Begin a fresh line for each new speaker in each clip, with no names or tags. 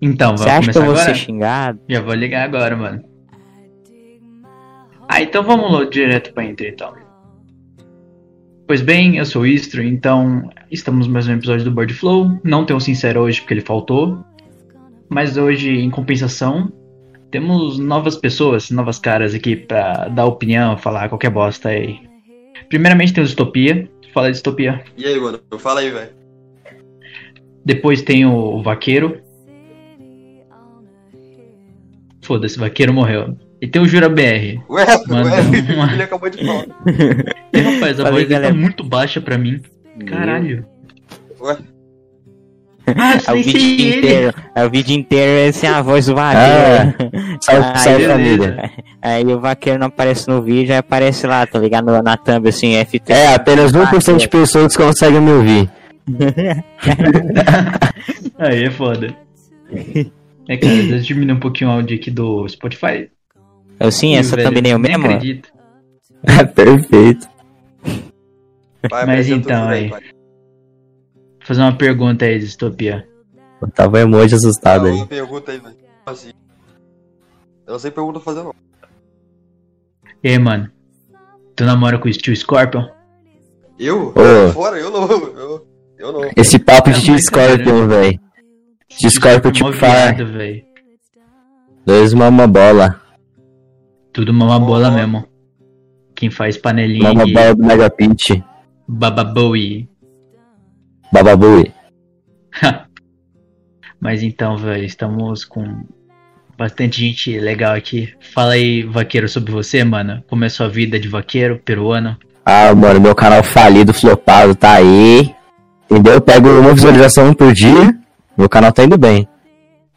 Então,
Você
vamos
acha que
começar
eu vou
agora?
ser xingado?
Já vou ligar agora, mano. Ah, então vamos lo- direto pra intro, então. Pois bem, eu sou o Istro, então estamos mais um episódio do Bird Flow. Não tem o sincero hoje porque ele faltou. Mas hoje, em compensação, temos novas pessoas, novas caras aqui pra dar opinião, falar qualquer bosta aí. Primeiramente tem o Distopia, fala de Distopia.
E aí, mano? Fala aí, velho.
Depois tem o Vaqueiro. Foda-se, Vaqueiro morreu. E tem o Jura BR.
Ué,
Mano,
ué,
mano.
ele acabou de falar.
E, rapaz, a
Falei,
voz dele tá
galera.
muito baixa pra mim. Caralho.
Ué.
Ah,
É o
sei sei
vídeo
ele.
inteiro. É o vídeo inteiro sem a voz do
Ah,
vaqueiro.
Salve,
Ai,
salve
beleza.
família.
Aí o vaqueiro não aparece no vídeo, aí aparece lá, tá ligado? No- Na thumb assim, FT.
É, apenas 1% de pessoas conseguem me ouvir.
Aí é foda. É, cara, às vezes diminui um pouquinho o áudio aqui do Spotify.
Eu É sim,
Ih,
essa
velho,
thumbnail
nem
mesmo? né?
acredito.
Perfeito.
Vai,
Mas
apresenta
então,
tudo
aí.
pai.
Vou fazer uma pergunta aí, Distopia.
Eu tava emoji assustado
Fala
aí.
uma pergunta aí, velho. Assim, eu não sei pergunta fazer, não.
E aí, mano? Tu namora com o Steel Scorpion?
Eu? Tá
Ô.
Fora, eu não. Eu, eu não.
Esse papo de
É, mas,
T-Scorpion, velho. T-Scorpion
Mó
tipo fala,
viado, velho.
dois mama bola.
Tudo mama bola
Ó.
mesmo. Quem faz panelinha
Mama
e
bola do é Mega Pitch.
bababoui.
Bababui.
Mas então, velho, estamos com bastante gente legal aqui. Fala aí, vaqueiro, sobre você, mano. Como é sua vida de vaqueiro peruano?
Ah, mano, meu canal falido, flopado, tá aí. Entendeu? Eu pego uma visualização por dia. Meu canal tá indo bem.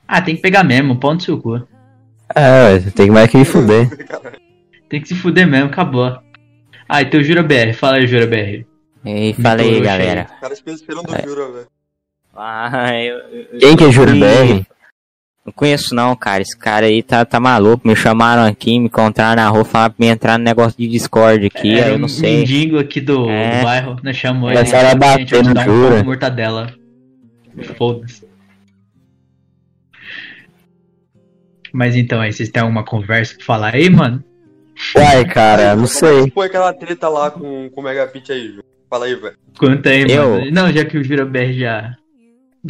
Ah, tem que pegar mesmo, pau no seu cu.
É, tem mais que me fuder.
Caralho.
Tem que se fuder mesmo, acabou. Ah, e teu Jura BR, fala aí, Jura BR.
E fala
Doutor,
aí,
eu
galera.
O cara esperando
É.
o Jura, velho.
Ah, eu, eu-
Quem que é Júlio
Ih,
BR?
Não conheço não, cara. Esse cara aí tá, tá maluco. Me chamaram aqui, me encontraram na rua, falaram pra mim entrar no negócio de Discord aqui, aí
Era
eu não
um
sei.
mendigo aqui do,
É.
do bairro, né? Chamou
Mas ela
"Gente, eu vou te
batendo,
dar um
jura?"
pão com mortadela. Foda-se. Mas então aí, vocês têm alguma conversa pra falar aí, mano?
Uai, cara, É, não sei.
Põe é aquela treta lá com, com o Megapit aí, Ju. Fala aí, velho.
Conta aí,
Eu?
mano. Não, já que o Jura BR já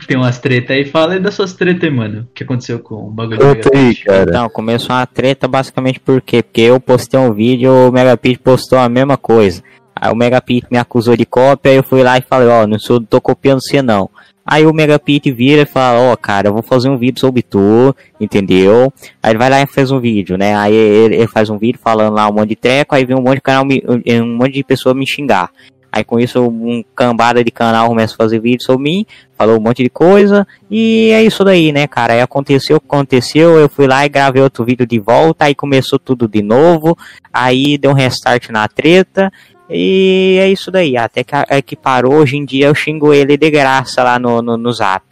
tem umas treta aí, fala aí das suas treta aí, mano. O que aconteceu com o bagulho do
Conta aí,
Megapix?
cara.
Então, começou uma treta basicamente por quê? Porque eu postei um vídeo o Megapit postou a mesma coisa. Aí o Megapit me acusou de cópia, eu fui lá e falei, ó, não sou, não tô copiando você não. Aí o Megapit vira e fala, ó, cara, eu vou fazer um vídeo sobre tu, entendeu? Aí ele vai lá e faz um vídeo, né? Aí ele, ele faz um vídeo falando lá um monte de treco, aí vem um monte de canal, me- um monte de pessoa me xingar. Aí com isso um cambada de canal começa a fazer vídeo sobre mim, falou um monte de coisa, e é isso daí, né, cara? Aí aconteceu o que aconteceu, eu fui lá e gravei outro vídeo de volta, aí começou tudo de novo, aí deu um restart na treta, e é isso daí. Até que, é que parou, hoje em dia eu xingo ele de graça lá no, no, no zap.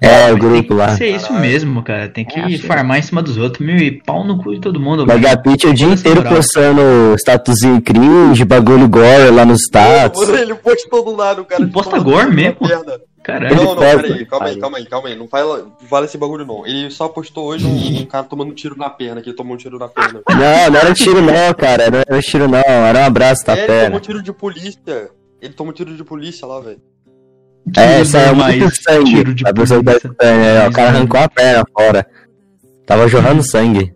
É,
Mas
o
tem
grupo
que
lá.
ser isso
Caralho.
mesmo, cara. Tem que
É, achei.
farmar em cima dos outros, meu, e pau no cu de todo mundo. mano.
Megapit é o dia
Foda-se,
inteiro
moral.
postando statusinho cringe, bagulho gore lá nos status.
Mano, ele postou do lado, o cara. tipo,
Ele posta
Tomou
gore
tudo na
mesmo?
perna.
É
Caralho.
Não, não,
pega,
peraí,
ele
calma aí,
faz.
calma aí, calma aí. Não fala, fala esse bagulho não. Ele só postou hoje um, um cara tomando tiro na perna, que ele tomou um tiro na perna.
Não, não era tiro não, cara. Não era tiro não. Era um abraço da
é, ele tomou
perna.
tiro de polícia. Ele tomou tiro de polícia lá, velho.
É,
Jesus,
isso é
mais
muito sangue.
Tiro de
A pessoa tá
polícia.
é, ó, O cara
Mas,
arrancou a perna fora. Tava jorrando sangue.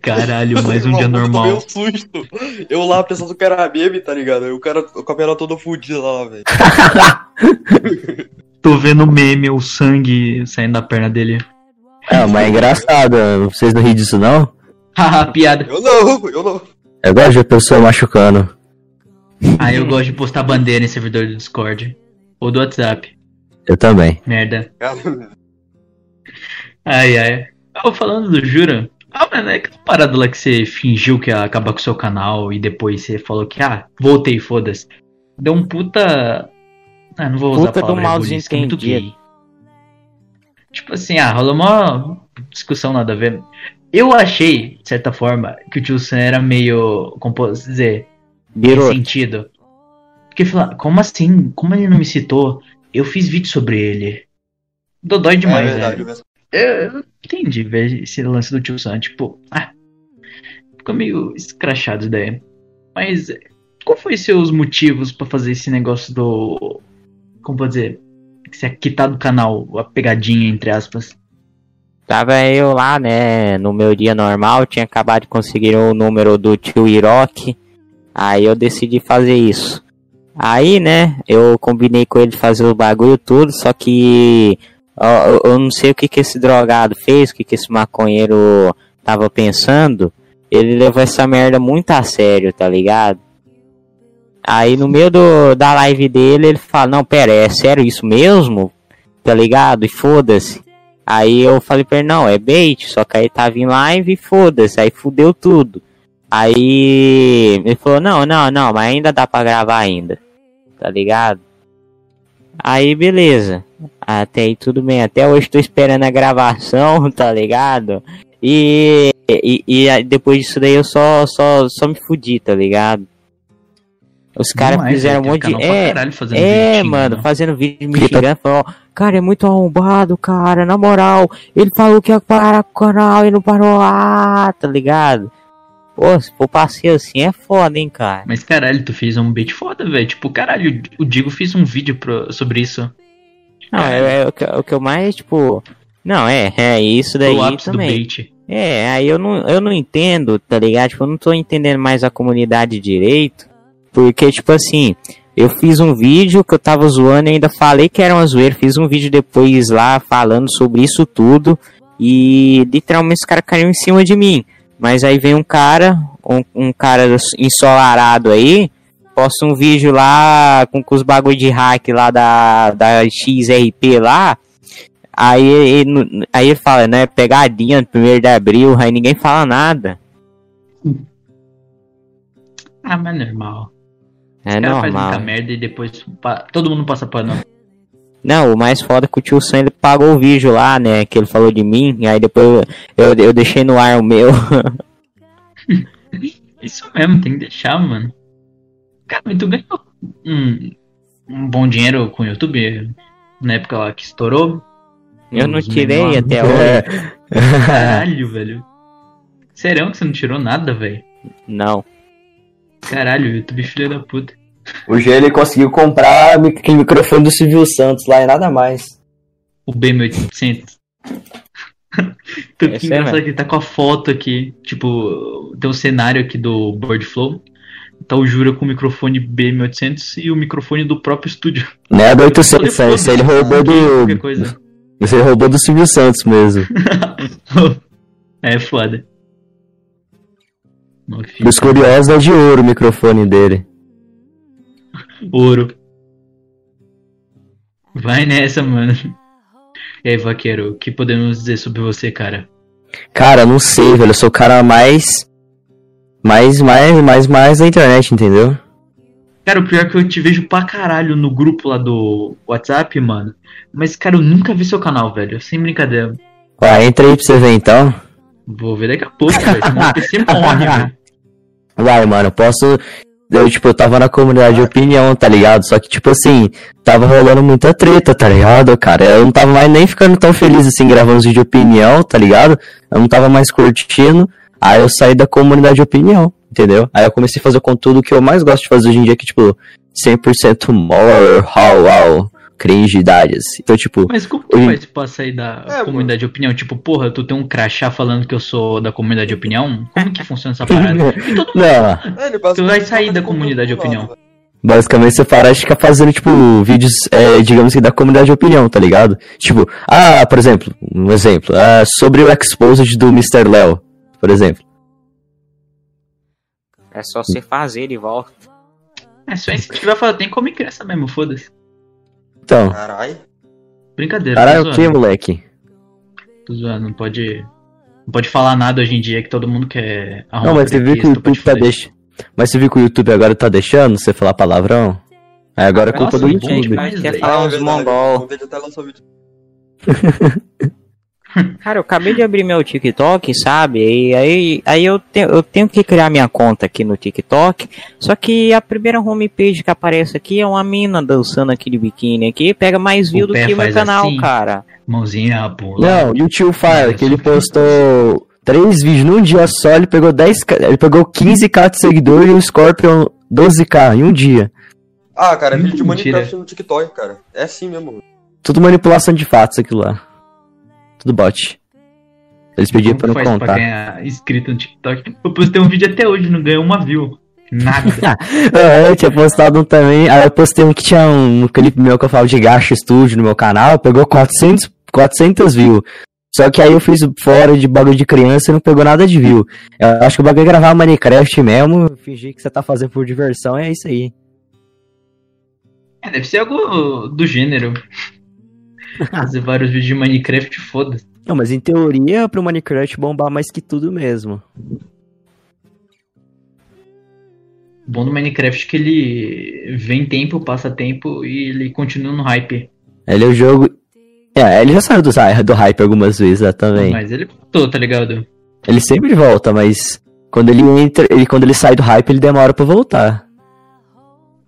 Caralho, mais um dia
Maluco, tomei um
normal.
susto. Eu lá pensando que era meme, tá ligado? Aí o cara com a perna toda fudida lá, velho.
Tô vendo o meme, o sangue saindo da perna dele.
É, mas é engraçado. Vocês não riem disso não?
Haha, piada.
Eu não, eu não.
Eu gosto de ver pessoa machucando.
Aí eu gosto de postar bandeira em servidor do Discord. Ou do WhatsApp.
Eu também.
Merda.
Cara,
Ai, ai. Eu falando do Jura. Ah, mano, é aquela parada lá que você fingiu que ia acabar com o seu canal e depois você falou que, ah, voltei, foda-se. Deu um puta. Ah, não vou usar
Puta
a palavra
do mal
bullying, isso que é muito
desentendido.
gay. Tipo assim, ah, rolou uma discussão nada a ver. Eu achei, de certa forma, que o tio Sam era meio. Como posso dizer?
Virou.
sentido. Porque falar, como assim? Como ele não me citou? Eu fiz vídeo sobre ele. Dodói demais,
é verdade,
velho.
é verdade.
Eu eu entendi velho, esse lance do tio Sam, tipo, ah, ficou meio escrachado a ideia. Mas eh, qual foi seus motivos pra fazer esse negócio do. Como vou dizer? Se quitar do canal, a pegadinha, entre aspas.
Tava eu lá, né, no meu dia normal, tinha acabado de conseguir o número do tio Hiroki, aí eu decidi fazer isso. Aí, né, eu combinei com ele de fazer o bagulho tudo, só que ó, eu, eu não sei o que que esse drogado fez, o que que esse maconheiro tava pensando, ele levou essa merda muito a sério, tá ligado? Aí no meio do, da live dele, ele fala, não, pera, é sério isso mesmo? Tá ligado? E foda-se. Aí eu falei pra ele, não, é bait, só que aí tava em live e foda-se, aí fudeu tudo. Aí ele falou, não, não, não, mas ainda dá pra gravar ainda, tá ligado? Aí beleza, até aí tudo bem, até hoje tô esperando a gravação, tá ligado? E, e, e aí depois disso daí eu só, só, só me fudi, tá ligado? Os caras
Demais,
fizeram um
velho,
monte
tem
de...
canal pra
É,
caralho fazendo
é,
direitinho,
mano,
né?
fazendo vídeo me xingando, falando, ó, cara, é muito arrombado, cara, na moral, ele falou que ia parar com o canal e não parou, ah, tá ligado? Pô, se for passeio assim é foda, hein, cara.
Mas caralho, tu fez um bait foda, velho. Tipo, caralho, o Digo fez um vídeo pro- sobre isso.
Não, é, é o, que, o que eu mais, tipo, não, é, é isso daí
Pro ápice do
também.
bait.
É, aí eu não, eu não entendo, tá ligado? Tipo, eu não tô entendendo mais a comunidade direito, porque, tipo assim, eu fiz um vídeo que eu tava zoando e ainda falei que era uma zoeira, fiz um vídeo depois lá falando sobre isso tudo, e literalmente os caras caíram em cima de mim. Mas aí vem um cara, um, um cara ensolarado aí, posta um vídeo lá com, com os bagulho de hack lá da, da XRP lá, Aí ele, não- aí ele fala, né? Pegadinha, 1 de abril, aí ninguém fala nada.
Ah, mas é normal.
É
o cara faz muita
normal.
merda e depois pa- todo mundo passa pano.
Não, o mais foda é que o tio Sam ele pagou o vídeo lá, né? Que ele falou de mim, e aí depois eu, eu, eu deixei no ar o meu.
Isso mesmo, tem que deixar, mano. Cara, mas tu ganhou um, um bom dinheiro com o YouTube na época lá que estourou?
Eu não
Uns
tirei
milhões.
até hoje.
É.
Caralho, velho. Serão que você não tirou nada, velho?
Não.
Caralho, YouTube filho da puta.
o G ele conseguiu comprar mi- aquele microfone do Silvio Santos lá e nada mais.
O BM800. Tanto que
Esse é,
engraçado
velho.
que ele tá com a foto aqui. Tipo, tem um cenário aqui do Bird Flow. Tá o Jura com o microfone BM800 e o microfone do próprio estúdio.
Não é do
Ele
800, isso aí ele roubou
Qualquer
do.
coisa.
Isso ele roubou do Silvio Santos mesmo.
é foda. Não, filho,
Dos curiosos é de ouro o microfone dele.
Ouro. Vai nessa, mano. E aí, vaqueiro, o que podemos dizer sobre você, cara?
Cara, não sei, velho. Eu sou o cara mais. Mais, mais, mais, mais da internet, entendeu?
Cara, o pior é que eu te vejo pra caralho no grupo lá do WhatsApp, mano. Mas, cara, eu nunca vi seu canal, velho. Sem brincadeira.
Ó, entra aí pra você ver então.
Vou ver daqui a pouco, velho. senão Você morre, velho.
Vai, mano, eu posso. Eu, tipo, eu tava na comunidade de opinião, tá ligado? Só que, tipo assim, tava rolando muita treta, tá ligado, cara? Eu não tava mais nem ficando tão feliz assim, gravando os vídeos de opinião, tá ligado? Eu não tava mais curtindo. Aí eu saí da comunidade de opinião, entendeu? Aí eu comecei a fazer o conteúdo que eu mais gosto de fazer hoje em dia, que, tipo, 100% more, how, wow, cringeidades. Então, tipo,
Mas como que
Oi.
faz pra sair da
É,
comunidade de opinião? Tipo, porra, tu tem um crachá falando que eu sou da comunidade de opinião? Como que funciona essa parada? E todo mundo
não,
É, ele basicamente
Tu vai sair
só
da
faz
comunidade de
conteúdo
opinião.
Basicamente, você parar de ficar fazendo, tipo, vídeos, é, digamos que da comunidade de opinião, tá ligado? Tipo, ah, por exemplo, um exemplo, ah, sobre o Exposed do Mr. Léo, por exemplo.
É só você fazer e volta.
É só se tiver falando, tem como criança mesmo, foda-se.
Então,
Caralho.
Brincadeira,
caralho,
Ah, tô
o que,
zoando.
moleque?
Tô zoando, não pode. Não pode falar nada hoje em dia que todo mundo quer arrumar.
Não, mas você viu que
pretexto
o
pra te
YouTube tá
fuder.
deixando. Mas você viu que o YouTube agora tá deixando você falar palavrão? Aí agora é culpa
Nossa,
do
gente,
é
YouTube.
mas-
Quer
velho.
falar
Ah, é
uns
verdade,
mongol.
vamos ver, ele até lançou vídeo.
Cara, eu acabei de abrir meu TikTok, sabe? E aí, aí eu, te, eu tenho que criar minha conta aqui no TikTok. Só que a primeira homepage que aparece aqui é uma mina dançando aqui de biquíni aqui. Pega mais view
O
do
pé
que meu
faz
canal,
assim.
cara.
Mãozinha pula.
Não, e o tio Fire, que ele postou três vídeos num dia só, ele pegou 10, ele pegou 15k de seguidor e o Scorpion 12k em um dia.
Ah, cara, é vídeo de
Hum,
Minecraft
mentira.
no TikTok, cara. É assim mesmo.
Tudo manipulação de fatos aquilo lá. Tudo bot. Eles pediam pra
Como
eu
faz
não
pra é?
contar.
ganhar inscrito no TikTok? Eu postei um vídeo até hoje, não ganhou uma view. Nada.
É, eu tinha postado um também, aí eu postei um que tinha um clipe meu que eu falo de gacha estúdio no meu canal, pegou 400, 400 views. Só que aí eu fiz fora de bagulho de criança e não pegou nada de view. Eu acho que o bagulho é gravar Minecraft mesmo, fingir que você tá fazendo por diversão, é isso aí.
É, deve ser algo do gênero. Fazer vários vídeos de Minecraft, foda-se.
Não, mas em teoria, pro Minecraft bombar mais que tudo mesmo.
O bom do Minecraft é que ele vem tempo, passa tempo e ele continua no hype.
Ele é o jogo. É, ele já saiu do, do hype algumas vezes né, também.
Mas ele voltou, tá ligado?
Ele sempre volta, mas quando ele entra, ele, quando ele sai do hype, ele demora pra voltar.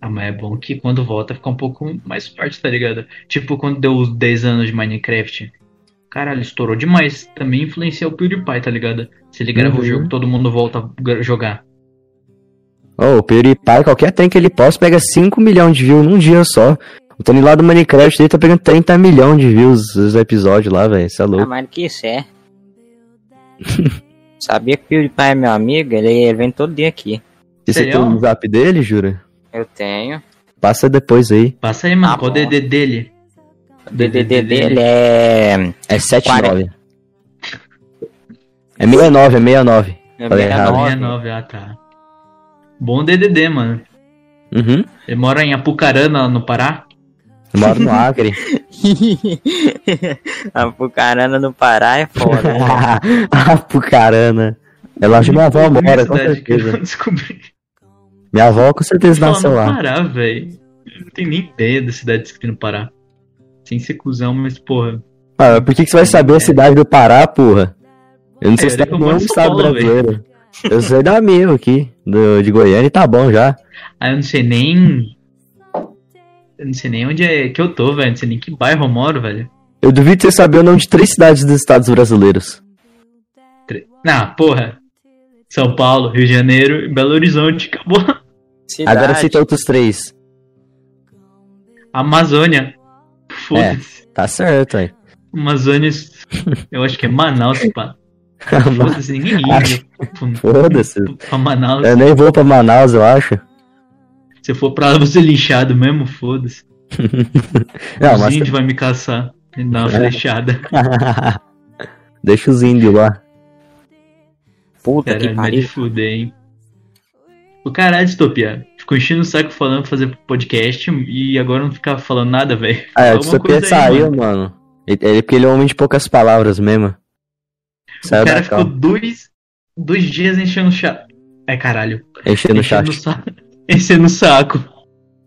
Ah, mas é bom que quando volta fica um pouco mais forte, tá ligado? Tipo quando deu os 10 anos de Minecraft. Caralho, estourou demais. Também influenciou o PewDiePie, tá ligado? Se ele grava
Uhum.
o jogo, todo mundo volta a gra- jogar.
Ô, Oh, o PewDiePie, qualquer trem que ele posta, pega 5 milhões de views num dia só. O Tony lá do Minecraft dele tá pegando 30 milhões de views os episódios lá, velho. Isso é
Ah,
louco.
mais do que isso é. Sabia que o PewDiePie é meu amigo? Ele vem todo dia aqui.
E você tem
Sério?
um zap dele, jura?
Eu tenho.
Passa depois aí.
Passa aí, mano.
Ah,
Qual o
bom.
DD dele?
O DDD dele é.
É 79.
Quarenta.
É 69, é 69.
é
Falei errado.
69.
69, ah tá. Bom DDD, mano.
Uhum.
Ele mora em Apucarana, no Pará.
Eu moro no Acre.
a Pucarana no Pará é foda. né?
Ah, Apucarana. É lá onde minha avó mora, com
Cidade que eu
certeza.
Descobri.
Minha avó com certeza
Fala
nasceu
no
lá.
Pará, velho. Eu Não tenho nem ideia da cidade que tem no Pará. Sem ser cuzão, mas porra.
Ah, por que, que você vai saber a cidade do Pará, porra? Eu não sei
É,
se
eu
tá
moro
bom
em
do
São
estado
Paulo,
brasileiro. Eu sei da minha aqui, do, de Goiânia, e tá bom já.
Ah, eu não sei nem. Eu não sei nem onde é que eu tô, velho. Não sei nem que bairro eu moro, velho.
Eu duvido você saber o nome de três cidades dos estados brasileiros.
Tre... Ah, porra. São Paulo, Rio de Janeiro e Belo Horizonte. Acabou.
Agora
Cidade.
cita outros três.
Amazônia. Foda-se.
Tá certo, aí.
Amazônia. Eu acho que é Manaus, pá. Foda-se, ninguém liga. Tipo,
Foda-se. É.
Pra Manaus.
Eu nem vou pra Manaus, eu acho.
Se eu for pra lá, você linchado mesmo, foda-se.
Não,
Os
mas.
índios vão me caçar. e dar uma
É.
flechada.
Deixa os índios lá.
Puta que
Caralho, vai te
pariu.
fuder, hein? O caralho, distopia. Ficou enchendo o saco falando fazer podcast e agora não ficar falando nada, velho.
Ah, é,
Alguma
o Distopia
coisa aí,
saiu,
mano.
mano. Ele, ele, porque ele é um homem de poucas palavras mesmo. Saiu
O cara
da
ficou
É, né, calma.
dois, dois dias enchendo o chat. É caralho.
Enchendo o
enchendo o
chat.
saco. Enchendo o saco.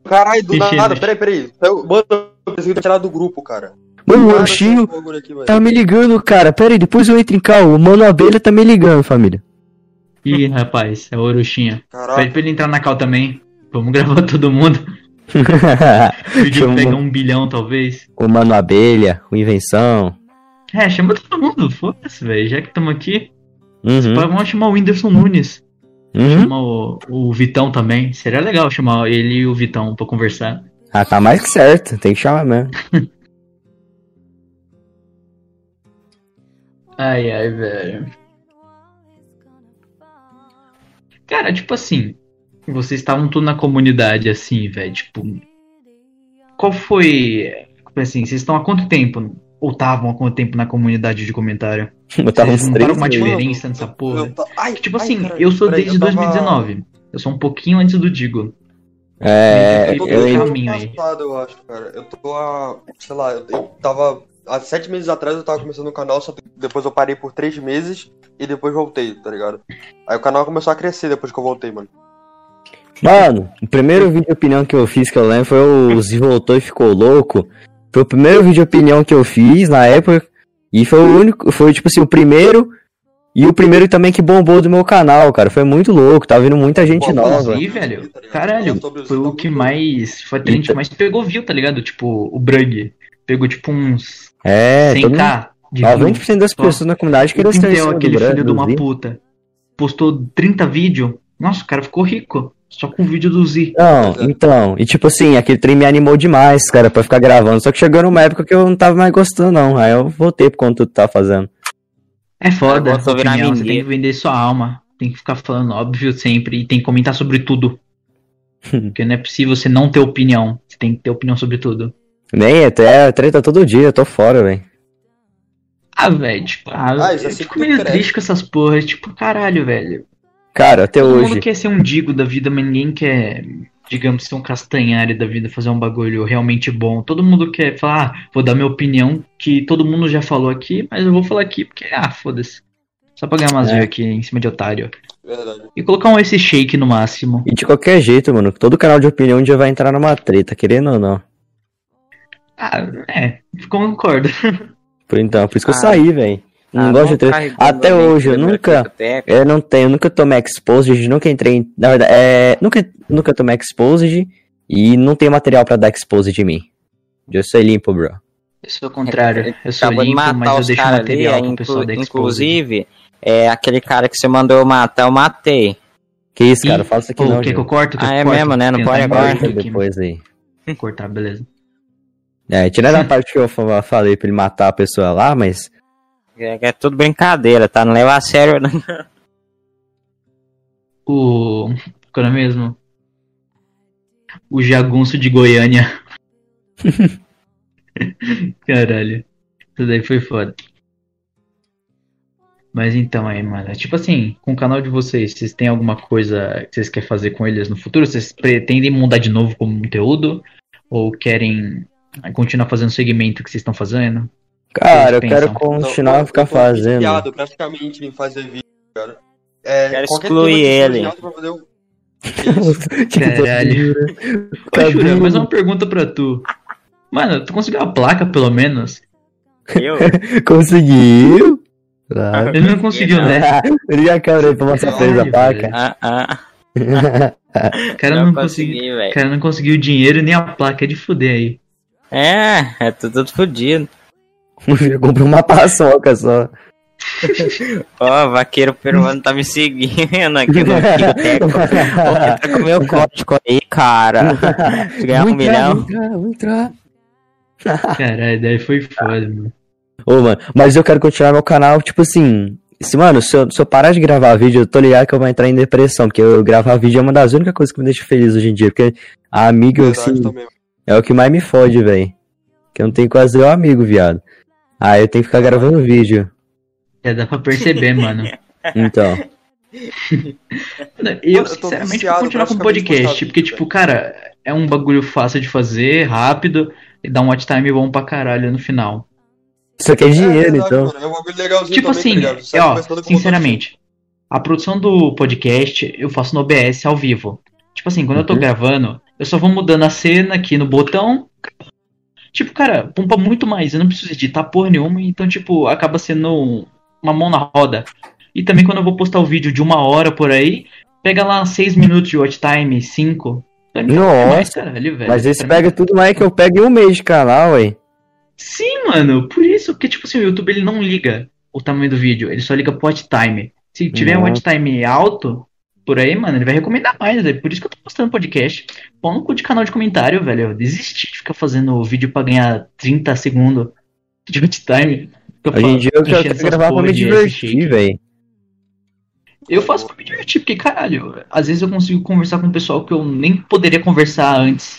Caralho, do
Ixi,
nada,
ixi.
peraí, peraí. Eu- Mano, eu preciso tirar do grupo, cara.
Mano, o
Cara,
Lanchinho
esse bagulho aqui, velho.
tá me ligando, cara. Pera aí, depois eu entro em calma. O Mano Abelha tá me ligando, família.
Ih, rapaz, é o Oroxinha. Pede
Caralho.
pra ele entrar na cal também. Vamos gravar todo mundo. Vídeo
Chama
pega um bilhão, talvez.
o Mano Abelha, o Invenção.
É, chama todo mundo, foda-se, velho. Já que estamos aqui,
Uhum.
pá, vamos chamar o Whindersson Nunes.
Uhum.
Chamar o, o Vitão também. Seria legal chamar ele e o Vitão pra conversar.
Ah, tá mais que certo. Tem que chamar mesmo.
Ai, ai, velho. Cara, tipo assim, vocês estavam tudo na comunidade assim, velho. Tipo, qual foi. Assim, vocês estão há quanto tempo? Ou estavam há quanto tempo na comunidade de comentário?
Botar
Vocês
uns três.
notaram uma
meses.
diferença nessa porra?
Eu ta- Ai,
Tipo
ai,
assim,
caralho,
eu sou
peraí,
desde
eu tava-
2019. Eu sou um pouquinho antes do Digo.
É,
Eu
tô
tô
eu,
desde o ano
caminho aí.
passado, eu acho, cara. Eu tô há, sei lá, eu, eu tava. Há sete meses atrás eu tava começando o canal, só que depois eu parei por três meses e depois voltei, tá ligado? Aí o canal começou a crescer depois que eu voltei, mano.
Mano, o primeiro vídeo de opinião que eu fiz, que eu lembro, foi o Zi voltou e ficou louco. Foi o primeiro vídeo de opinião que eu fiz na época. E foi o único, foi tipo assim, o primeiro. E o primeiro também que bombou do meu canal, cara. Foi muito louco, tava vindo muita gente
Pô,
nova.
Brasil.
Sim, velho.
tá
Caralho,
Sobre os
foi o que
bagulho.
mais. Foi a trend que
Então.
mais pegou view, tá ligado? Tipo, o Brug. Pegou tipo uns
É, todo mundo,
100k de view.
90% das pessoas na comunidade
O
queriam estar em
Pintel,
cima é do
um aquele filho de uma
Brasil.
puta, postou 30 vídeos. Nossa, o cara ficou rico. Só com o vídeo do Z.
Não, então, e tipo assim, aquele trem me animou demais, cara, pra ficar gravando. Só que chegou numa época que eu não tava mais gostando, não. Aí eu voltei pro conteúdo que tava fazendo.
É foda,
Agora eu tô virando
opinião, você tem que
mineiro.
vender sua alma. Tem que ficar falando óbvio sempre e tem que comentar sobre tudo. Porque não é possível você não ter opinião. Você tem que ter opinião sobre tudo.
Nem, até treta todo dia, eu tô fora, velho.
Ah, velho, tipo, ah,
Ah, isso
eu
é
fico
circuito
meio
crédito.
triste com essas porras, tipo, caralho, velho.
Cara, até
Todo
É hoje.
mundo quer ser um digo da vida, mas ninguém quer, digamos, ser um castanhari da vida, fazer um bagulho realmente bom. Todo mundo quer falar, ah, vou dar minha opinião, que todo mundo já falou aqui, mas eu vou falar aqui, porque, ah, foda-se. Só pra ganhar umas
É.
views aqui em cima de otário.
Verdade.
E colocar um esse shake no máximo.
E de qualquer jeito, mano, todo canal de opinião um dia vai entrar numa treta, querendo ou não.
Ah, é, concordo.
Por então, por isso que
Ah.
eu saí, velho.
ah,
Não gosto de treta. Até hoje, eu nunca. Eu não tenho, nunca tomei exposed, nunca entrei em. Na verdade, é. Nunca, nunca tomei exposed e não tenho material pra dar exposed de mim. Eu sou limpo, bro.
Eu sou o contrário. Eu sou
É, Acabou de
limpo,
matar
mas eu
os
deixo
caras ali,
material
é,
pro pessoal da
inclu-
Exposed.
inclusive, é, aquele cara que você mandou eu matar, eu matei.
Que isso,
Ih,
cara, fala isso aqui
Pô,
não,
quer que eu
gente.
corto? Quer
Ah,
que eu
é
corto?
mesmo, né? Não
Tem
pode
um
agora.
corte aqui,
depois aí.
mas- Cortar, beleza.
É, tirando a parte que eu fa- falei pra ele matar a pessoa lá, mas.
É, é tudo brincadeira, tá? Não leva a sério, não.
O. Qual é mesmo? O jagunço de Goiânia. Caralho. Isso daí foi foda. Mas então aí, mano. é Tipo assim, com o canal de vocês, vocês têm alguma coisa que vocês querem fazer com eles no futuro? Vocês pretendem mudar de novo como conteúdo? Ou querem ah, continuar fazendo o segmento que vocês estão fazendo?
Cara,
Vocês
eu
pensam?
quero continuar a
Então,
ficar
Eu tô muito
fazendo.
viciado, praticamente em fazer vídeo, cara. É,
Quero
qualquer
excluir
tema que eu
ele.
tô viciado pra fazer, um eu- Que isso?
Tipo,
Caralho. Ô, Jura,
Cabelo.
mais uma pergunta pra tu. Mano, tu conseguiu uma placa pelo menos?
Eu?
Conseguiu? Tá. Claro.
Ele não conseguiu, né?
Liga a câmera aí pra mostrar pra tá, eles a
Ah. Caralho,
placa.
Ah, ah.
O cara não, conseguiu. O
velho.
cara não conseguiu o dinheiro nem a placa é de fuder aí.
É, é tudo, tudo fodido.
Eu comprei uma paçoca só.
Ó, vaqueiro peruano tá me seguindo aqui no Ticoteco. Ó, tá com meu código aí, cara. Se ganhar um
Vou
milhão.
entrar, vou entrar, vou entrar.
Caralho, daí foi foda, mano.
Ô, mano, mas eu quero continuar meu canal, tipo assim. Se, mano, se eu, se eu parar de gravar vídeo, eu tô ligado que eu vou entrar em depressão. Porque eu gravar vídeo é uma das únicas coisas que me deixa feliz hoje em dia. Porque amigo,
Verdade então.
assim,
também.
é o que mais me fode, velho. Que eu não tenho quase nenhum amigo, viado. Aí eu tenho que ficar gravando vídeo.
Já dá pra perceber, mano.
Então.
Mano, Eu,
Mano, eu tô
sinceramente, vou
viciado,
continuar com o
praticamente
podcast.
postado,
Porque, tipo, cara, é um bagulho fácil de fazer, rápido, e dá um watch time bom pra caralho no final.
Isso aqui é dinheiro,
verdade,
então.
mano, É um bagulho legalzinho
tipo
também,
assim,
tá ligado? Você
ó,
vai conversando com assim.
sinceramente, a produção do podcast eu faço no OBS ao vivo. Tipo assim, quando eu tô
Uhum.
gravando, eu só vou mudando a cena aqui no botão. Tipo, cara, pompa muito mais. Eu não preciso editar porra nenhuma, então, tipo, acaba sendo uma mão na roda. E também quando eu vou postar o vídeo de uma hora por aí, pega lá seis minutos de watch time, cinco. Pra mim, tá mais,
Nossa.
caralho, velho.
Mas esse
Pra mim- tá
pega tudo mais que eu pego em um mês de canal, ué.
Sim, mano, por isso, porque tipo assim, o YouTube ele não liga o tamanho do vídeo, ele só liga pro watch time. Se tiver um watch time alto, por aí, mano, ele vai recomendar mais, é por isso que eu tô postando podcast. Pão no cu de canal de comentário, velho, eu desisti de ficar fazendo vídeo pra ganhar 30 segundos de watch time. Eu
Hoje em
falo,
dia eu quero
enchendo essas
gravar pra
porra
me
de
divertir,
shake.
velho.
Eu faço pra me divertir, porque caralho, às vezes eu consigo conversar com o pessoal que eu nem poderia conversar antes.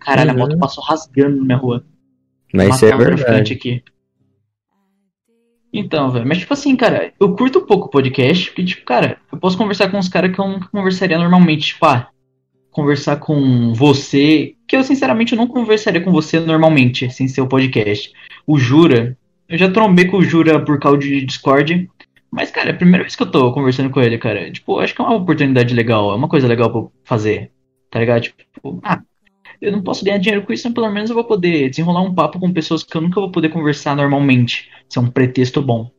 Caralho, a moto
Uhum.
passou rasgando na minha rua
Mas isso é
matar um traficante
verdade.
aqui. Então, velho, mas tipo assim, cara, eu curto um pouco o podcast, porque, tipo, cara, eu posso conversar com os caras que eu nunca conversaria normalmente, tipo, ah, conversar com você, que eu sinceramente eu não conversaria com você normalmente, sem ser o podcast. O Jura, eu já trombei com o Jura por causa de Discord, mas, cara, é a primeira vez que eu tô conversando com ele, cara. Tipo, eu acho que é uma oportunidade legal, é uma coisa legal pra eu fazer, tá ligado? Tipo, ah, eu não posso ganhar dinheiro com isso, mas pelo menos eu vou poder desenrolar um papo com pessoas que eu nunca vou poder conversar normalmente. Isso é um pretexto bom.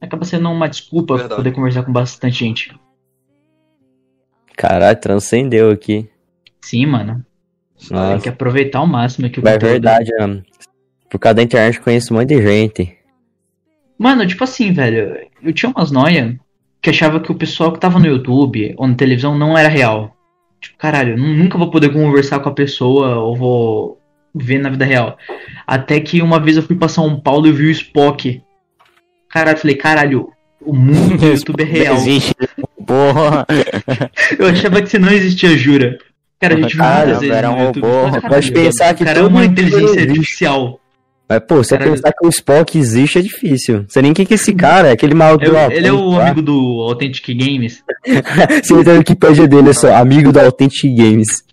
Acaba sendo uma desculpa pra
Verdade.
poder conversar com bastante gente.
Caralho, transcendeu aqui.
Sim, mano. Tem que
Nossa.
aproveitar ao máximo que o
Mas é
conteúdo-
verdade, né? Por causa da internet eu conheço um monte de gente.
Mano, tipo assim, velho, eu tinha umas noia que achava que o pessoal que tava no YouTube ou na televisão não era real. Tipo, caralho, eu nu- nunca vou poder conversar com a pessoa ou vou ver na vida real. Até que uma vez eu fui pra São Paulo e vi o Spock. Caralho, eu falei, caralho, o mundo do YouTube é real.
Existe. Porra.
Eu achava que você não existia, jura. Cara, a gente viu
Caralho,
muitas vezes
era um
no YouTube.
robô.
Mas,
Pode
caralho,
pensar que
o cara é
todo
uma
mundo
inteligência
existe.
artificial.
Mas, pô, você
Caralho.
pensar que o Spock existe é difícil. Você nem quem que é esse cara, é aquele maluco
Eu-
lá.
ele é o
lá.
amigo do Authentic Games.
Você entra no Wikipedia dele, é só amigo da Authentic Games.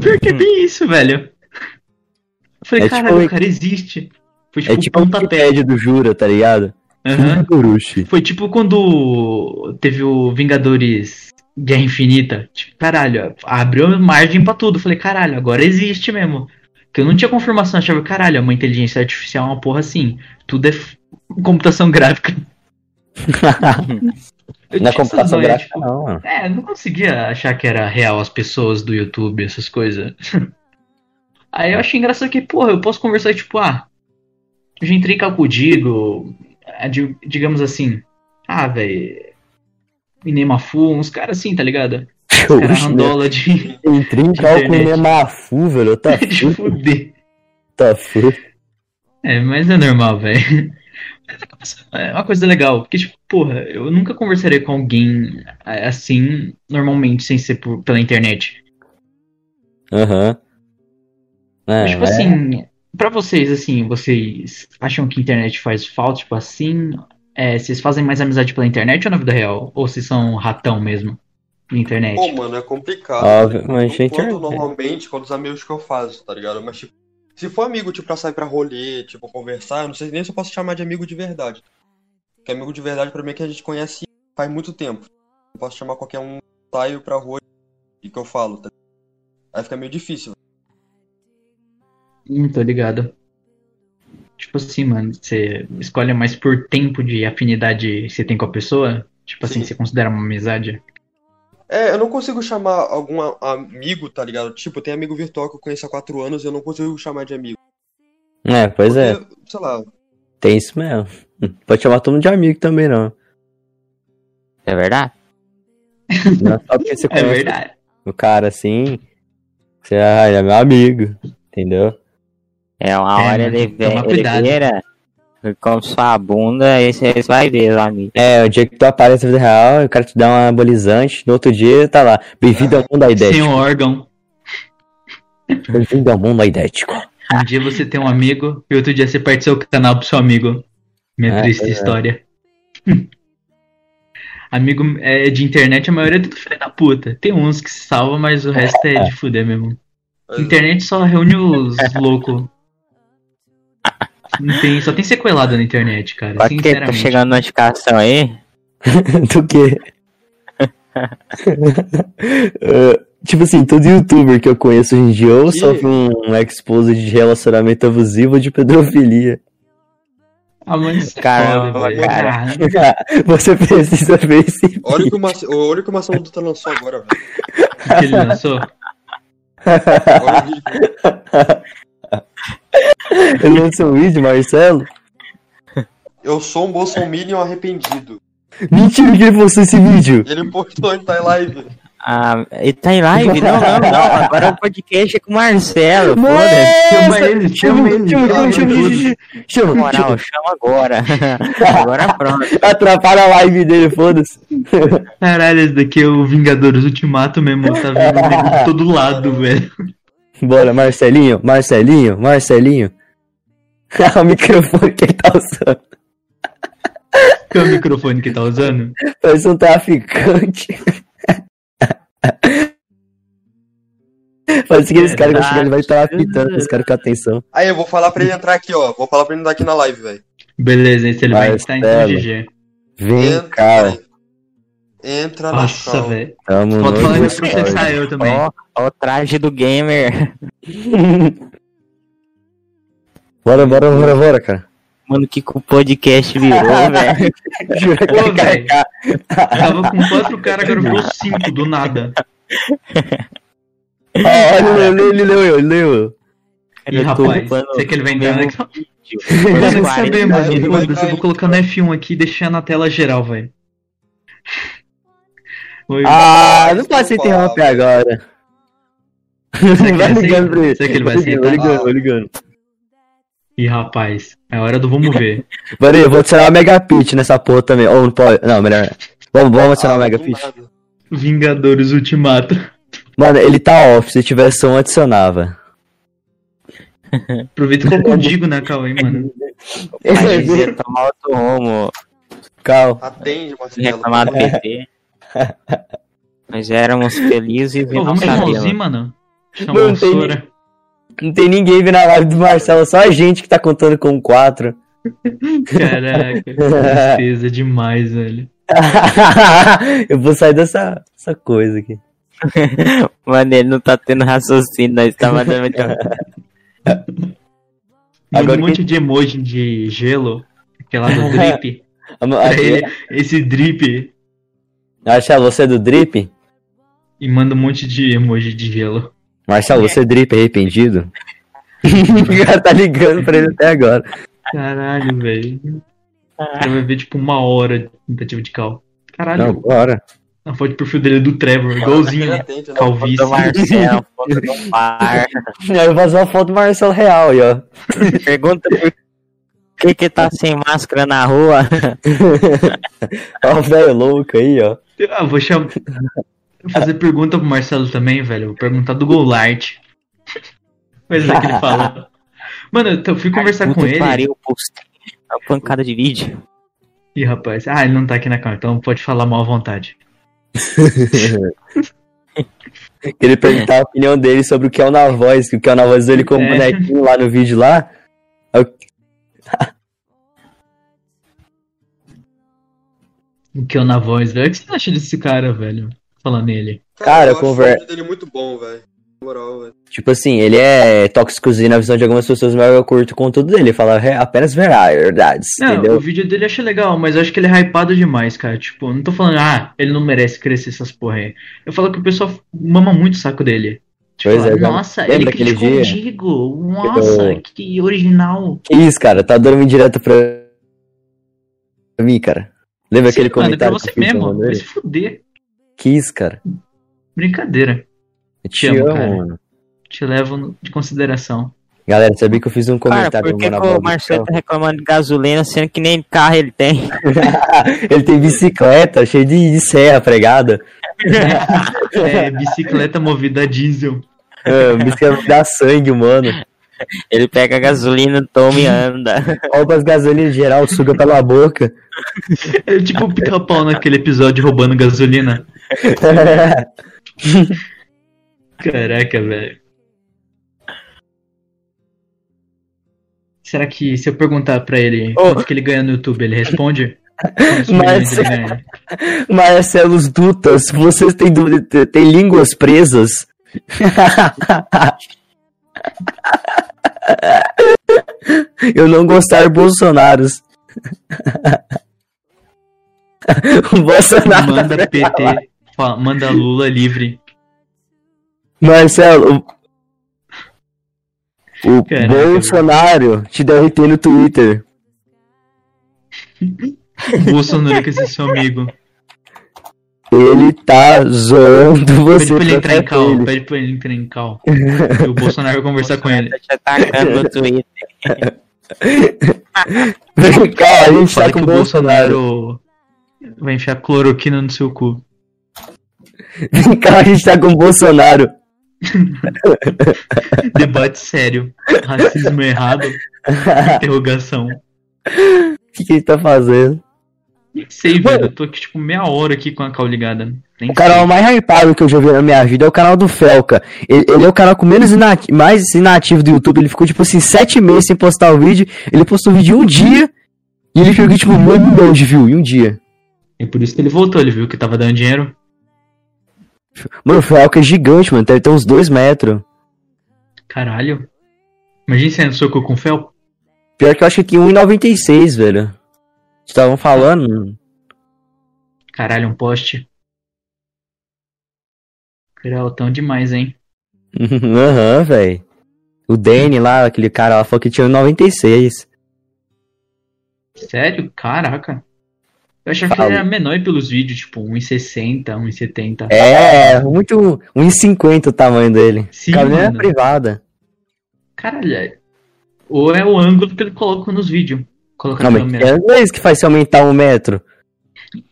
Pior que é bem isso, velho. Eu falei,
É tipo
caralho, o
um-
cara existe. Foi tipo,
É tipo assim, um
pontapé.
Wikipedia do Jura, tá ligado? né?
Aham.
Gurushi.
Foi tipo quando teve o Vingadores Guerra Infinita. Tipo, caralho, abriu margem pra tudo. Eu Falei, caralho, agora existe mesmo. Que eu não tinha confirmação, eu achava, caralho, é uma inteligência artificial, uma porra assim. Tudo é f- computação gráfica. Eu tinha
Na
essas
é computação
noias,
gráfica,
tipo,
não, mano.
É, eu não conseguia achar que era real as pessoas do YouTube, essas coisas. Aí eu achei engraçado que, porra, eu posso conversar, tipo, ah, eu já entrei com a Kudigo, a di- digamos assim, ah, velho, Inemafu, uns caras assim, tá ligado? Os caras
Oxe, meu.
randola de,
Entrei em cal com o
Internet.
Nemafu, velho. Tá
de
feio,
fuder.
tá feio.
É, mas é normal, velho. É uma coisa legal, porque, tipo, porra, eu nunca conversaria com alguém ah, assim, normalmente, sem ser por- pela internet.
Aham. É,
Mas, tipo
mas-
assim, pra vocês, assim, vocês acham que a internet faz falta, tipo assim? É, vocês fazem mais amizade pela internet ou na vida real? Ou vocês são um ratão mesmo na internet?
Pô, mano, é complicado.
Óbvio,
tá ligado?
mas
Eu
gente,
conto
é-
normalmente com os amigos que eu faço, tá ligado? Mas, tipo, se for amigo, tipo, pra sair pra rolê, tipo, conversar, eu não sei nem se eu posso chamar de amigo de verdade. Porque amigo de verdade, pra mim, é que a gente conhece faz muito tempo. Eu posso chamar qualquer um, saio pra rua e que eu falo, tá ligado? Aí fica meio difícil.
Hum, tô ligado. Tipo assim, mano, você escolhe mais por tempo de afinidade que você tem com a pessoa? Tipo assim,
Sim.
você considera uma amizade?
É, eu não consigo chamar algum a- amigo, tá ligado? Tipo, tem amigo virtual que eu conheço há quatro anos e eu não consigo chamar de amigo.
É, pois é.
Porque, Sei lá,
Tem isso mesmo. Pode chamar todo mundo de amigo também, não.
É verdade?
Não é só porque você
É
conhece
verdade.
o cara assim. Você ah, ele é meu amigo. Entendeu?
É uma
É,
hora
mano,
ele
tem que tomar
vem, ele
cuidado.
vira, come sua bunda e vocês vai ver, amigo.
É, o dia que tu aparece na vida real, o cara te dá um anabolizante, no outro dia tá lá. Bem-vindo ao mundo
Sem
aidético.
um órgão.
Bem-vindo ao mundo aidético.
Um dia você tem um amigo e outro dia você parte seu canal pro seu amigo. Minha
É,
triste
pois é.
história. amigo é, de internet, a maioria é tudo filho da puta. Tem uns que se salva, mas o resto é de fuder mesmo.
mas-
Internet só reúne os loucos. Não tem, só tem sequelado na internet, cara.
Pra que tá
sinceramente.
chegando notificação aí?
Do quê? Eh, tipo assim, todo youtuber que eu conheço hoje em dia ou
Ih.
sofre um expose de relacionamento abusivo ou de pedofilia.
Ah, mas
Caramba,
foda, velho. Ah,
cara.
Caralho.
Você precisa ver esse.
Olha o que o Marce- olha o que o Marcelo Dutra lançou agora, velho.
O que ele lançou?
Olha o vídeo.
Ele lançou um vídeo, Marcelo.
Eu sou um bolsominion arrependido.
Mentira que ele postou esse vídeo.
Ele postou ele tá em live.
Ah, ele tá em live? Não, não, não. Agora é um podcast com o Marcelo. Foda-se.
Chama ele, chama ele.
Chama,
Chama
chama, chama,
ele.
chama, chama,
Moral, chama agora. agora pronto.
Atrapalha a live dele, foda-se.
Caralho, esse daqui é o Vingadores Ultimato mesmo. Tá vindo nego de todo lado, velho.
Bora, Marcelinho, Marcelinho, Marcelinho. o microfone que ele tá usando.
Que é o microfone que tá usando?
Parece um traficante. Parece que esse cara que eu chegar, ele vai traficando os caras com atenção.
Aí eu vou falar pra ele entrar aqui, ó. Vou falar pra ele entrar aqui na live, velho.
Beleza, esse ele vai
Vai,
estar então
Stella.
GG.
Vem
Entra,
cá,
peraí. Entra Tá na
Nossa,
cal.
velho.
Tamo no
Falta falar depois você
Discord.
saiu também.
Ó, ó o traje do gamer.
Bora, bora, bora, bora, cara.
Mano, que que o podcast virou, velho.
Jura que
Pô, velho. Tava com quatro caras, agora virou cinco, do nada.
Ah, olha, ele leu, ele leu, eu, ele leu.
Ih, rapaz, sei que ele vem dando aqui. Eu quero saber,
Mano,
mano.
ele vai
Foda-se, eu
cair.
vou colocando F1 aqui e deixar na tela geral, velho. Oi,
Ah, não posso interromper agora.
que
Vai
ele aceita?
ligando pra ele.
Será que ele vai
Vai ligando,
aceitar?
vai ligando, vai ligando.
Ih, rapaz, é hora do vamos ver.
Peraí, eu vou adicionar o Megapit nessa porra também. Ou não pode. Não, melhor. Vamos, vamos adicionar o
Ah, do
Megapit.
nada.
Vingadores Ultimato.
Mano, ele tá off. Se tivesse um, adicionava.
Aproveita e coloca o Digo na Cauê, mano.
Vai dizer, tomar outro rumo.
Cal.
Atende, Marcelo.
Reclamar do PT. Nós éramos felizes e
Ô,
não
vamos
sabíamos.
igualzinho, mano. Chama
Mano,
a
tem-
vassoura.
Não tem ninguém vendo a live do Marcelo, só a gente que tá contando com quatro.
Caraca, que tristeza demais, velho.
eu vou sair dessa, dessa coisa aqui.
Mano, ele não tá tendo raciocínio, nós tá tava dando.
Manda
Agora
um monte de emoji de gelo. Aquela do drip. Pra
Achei,
ele, esse drip.
Marcelo, você é do drip?
E manda um monte de emoji de gelo.
Marcelo, você é drip arrependido? o cara tá ligando pra ele até agora.
Caralho, velho. Você vai ver tipo uma hora de tentativa de cal. Caralho,
Não, bora.
a foto de perfil dele é do Trevor, igualzinho, né?
Atende, né?
Calvície.
Do Marcel, foto do bar.
Aí eu vazou a foto do Marcelo real aí, ó.
Pergunta por que que tá sem máscara na rua?
Ó, o velho louco aí, ó.
Ah, vou chamar. Vou fazer pergunta pro Marcelo também, velho. Vou perguntar do Golart. Mas é que ele fala. Mano, eu t- fui conversar com
Puta que
ele.
Pariu, postei uma pancada de vídeo.
Ih, rapaz. Ah, ele não tá aqui na câmera, então pode falar mal à vontade.
Queria perguntar a opinião dele sobre o que é o na voz, que o que é o na voz dele com o
É.
bonequinho lá no vídeo lá.
O que eu na voz, velho. O que você acha desse cara, velho? Falando nele.
Cara,
eu acho
conver-
o vídeo dele muito bom, velho. Na moral, velho.
Tipo assim, ele é tóxicozinho na visão de algumas pessoas, mas eu curto o conteúdo dele. Ele fala re- apenas verdades,
Não, o
entendeu?
vídeo dele eu achei legal, mas eu acho que ele é hypado demais, cara. Tipo, não tô falando, ah, ele não merece crescer essas porra aí. Eu falo que o pessoal mama muito o saco dele. Tipo,
Pois é, cara.
nossa,
Lembra
ele
aquele
criticou
dia?
o Digo. Nossa,
Eu-
que original.
Que isso, cara? Tá dando direto pra pra mim, cara. Lembra aquele
Mano, é pra
comentário
você
que eu fiz
mesmo.
mandando
Vai
ele?
se fuder.
Que isso, cara?
Brincadeira.
Eu te,
Te amo,
amo,
cara.
mano.
Te levo no- de consideração.
Galera, sabia que eu fiz um
Cara,
comentário
por que,
no
que
Manaus
o
do
Marcelo
Céu?
tá reclamando de gasolina, sendo que nem carro ele tem?
Ele tem bicicleta cheia de, de serra pregada.
É, bicicleta movida a diesel.
É, bicicleta que dá sangue, humano.
Ele pega a gasolina, toma e anda.
Rouba as gasolinas geral, suga pela boca.
É tipo o pica-pau naquele episódio roubando gasolina. Caraca, velho. Será que se eu perguntar pra ele
Ô.
quanto que ele ganha no YouTube, ele responde? Quantos milhões ele ganha?
Marcelos é Dutas, vocês têm, dú- te- têm línguas presas? Eu não gostar de Bolsonaros. O Bolsonaro.
Manda PT, fa- manda Lula livre.
Marcelo. O, o
Caraca,
Bolsonaro te derreteu no Twitter.
Bolsonaro que esse é seu amigo.
Ele tá zoando
Pede
você.
pra ele entrar em
trata ele.
cal, pede pra ele entrar em cal. E o Bolsonaro vai conversar com ele.
Tá te atacando no Twitter.
Cara, a gente
Fala
tá
que
com
o
o Bolsonaro.
Bolsonaro vai enfiar cloroquina no seu cu.
Vem cá, a gente tá com o Bolsonaro.
Debate sério. Racismo errado? Interrogação.
O que, que ele tá fazendo?
Nem sei, velho. Eu tô aqui, tipo, meia hora aqui com a cal ligada. Nem
O canal mais hypado que eu já vi na minha vida é o canal do Felca. Ele, ele é o canal com menos inati- mais inativo do YouTube. Ele ficou, tipo assim, sete meses sem postar o vídeo. Ele postou o vídeo em um dia. E ele ficou, tipo, um milhão de views em um dia.
E É por isso que ele voltou, ele viu que tava dando dinheiro.
Mano, foi uma alca gigante, mano. Deve ter uns dois metros.
Caralho. Imagina é sendo soco com fel.
Pior que é um eu acho que 1,96, velho. Estavam falando. né?
Caralho, um poste. Era altão demais, hein?
Aham, velho. O Danny lá, aquele cara lá, falou que tinha 1,96.
Sério? Caraca. Eu achava que
Fala.
ele era menor pelos vídeos, tipo 1,60, 1,70.
É, muito. 1,50 o tamanho dele.
Sim,
Cara, nem é
mano.
privada.
Caralho. é- Ou é o ângulo que ele coloca nos vídeos. Coloca
Não,
a
mas
câmera.
é não é isso que faz se aumentar um metro.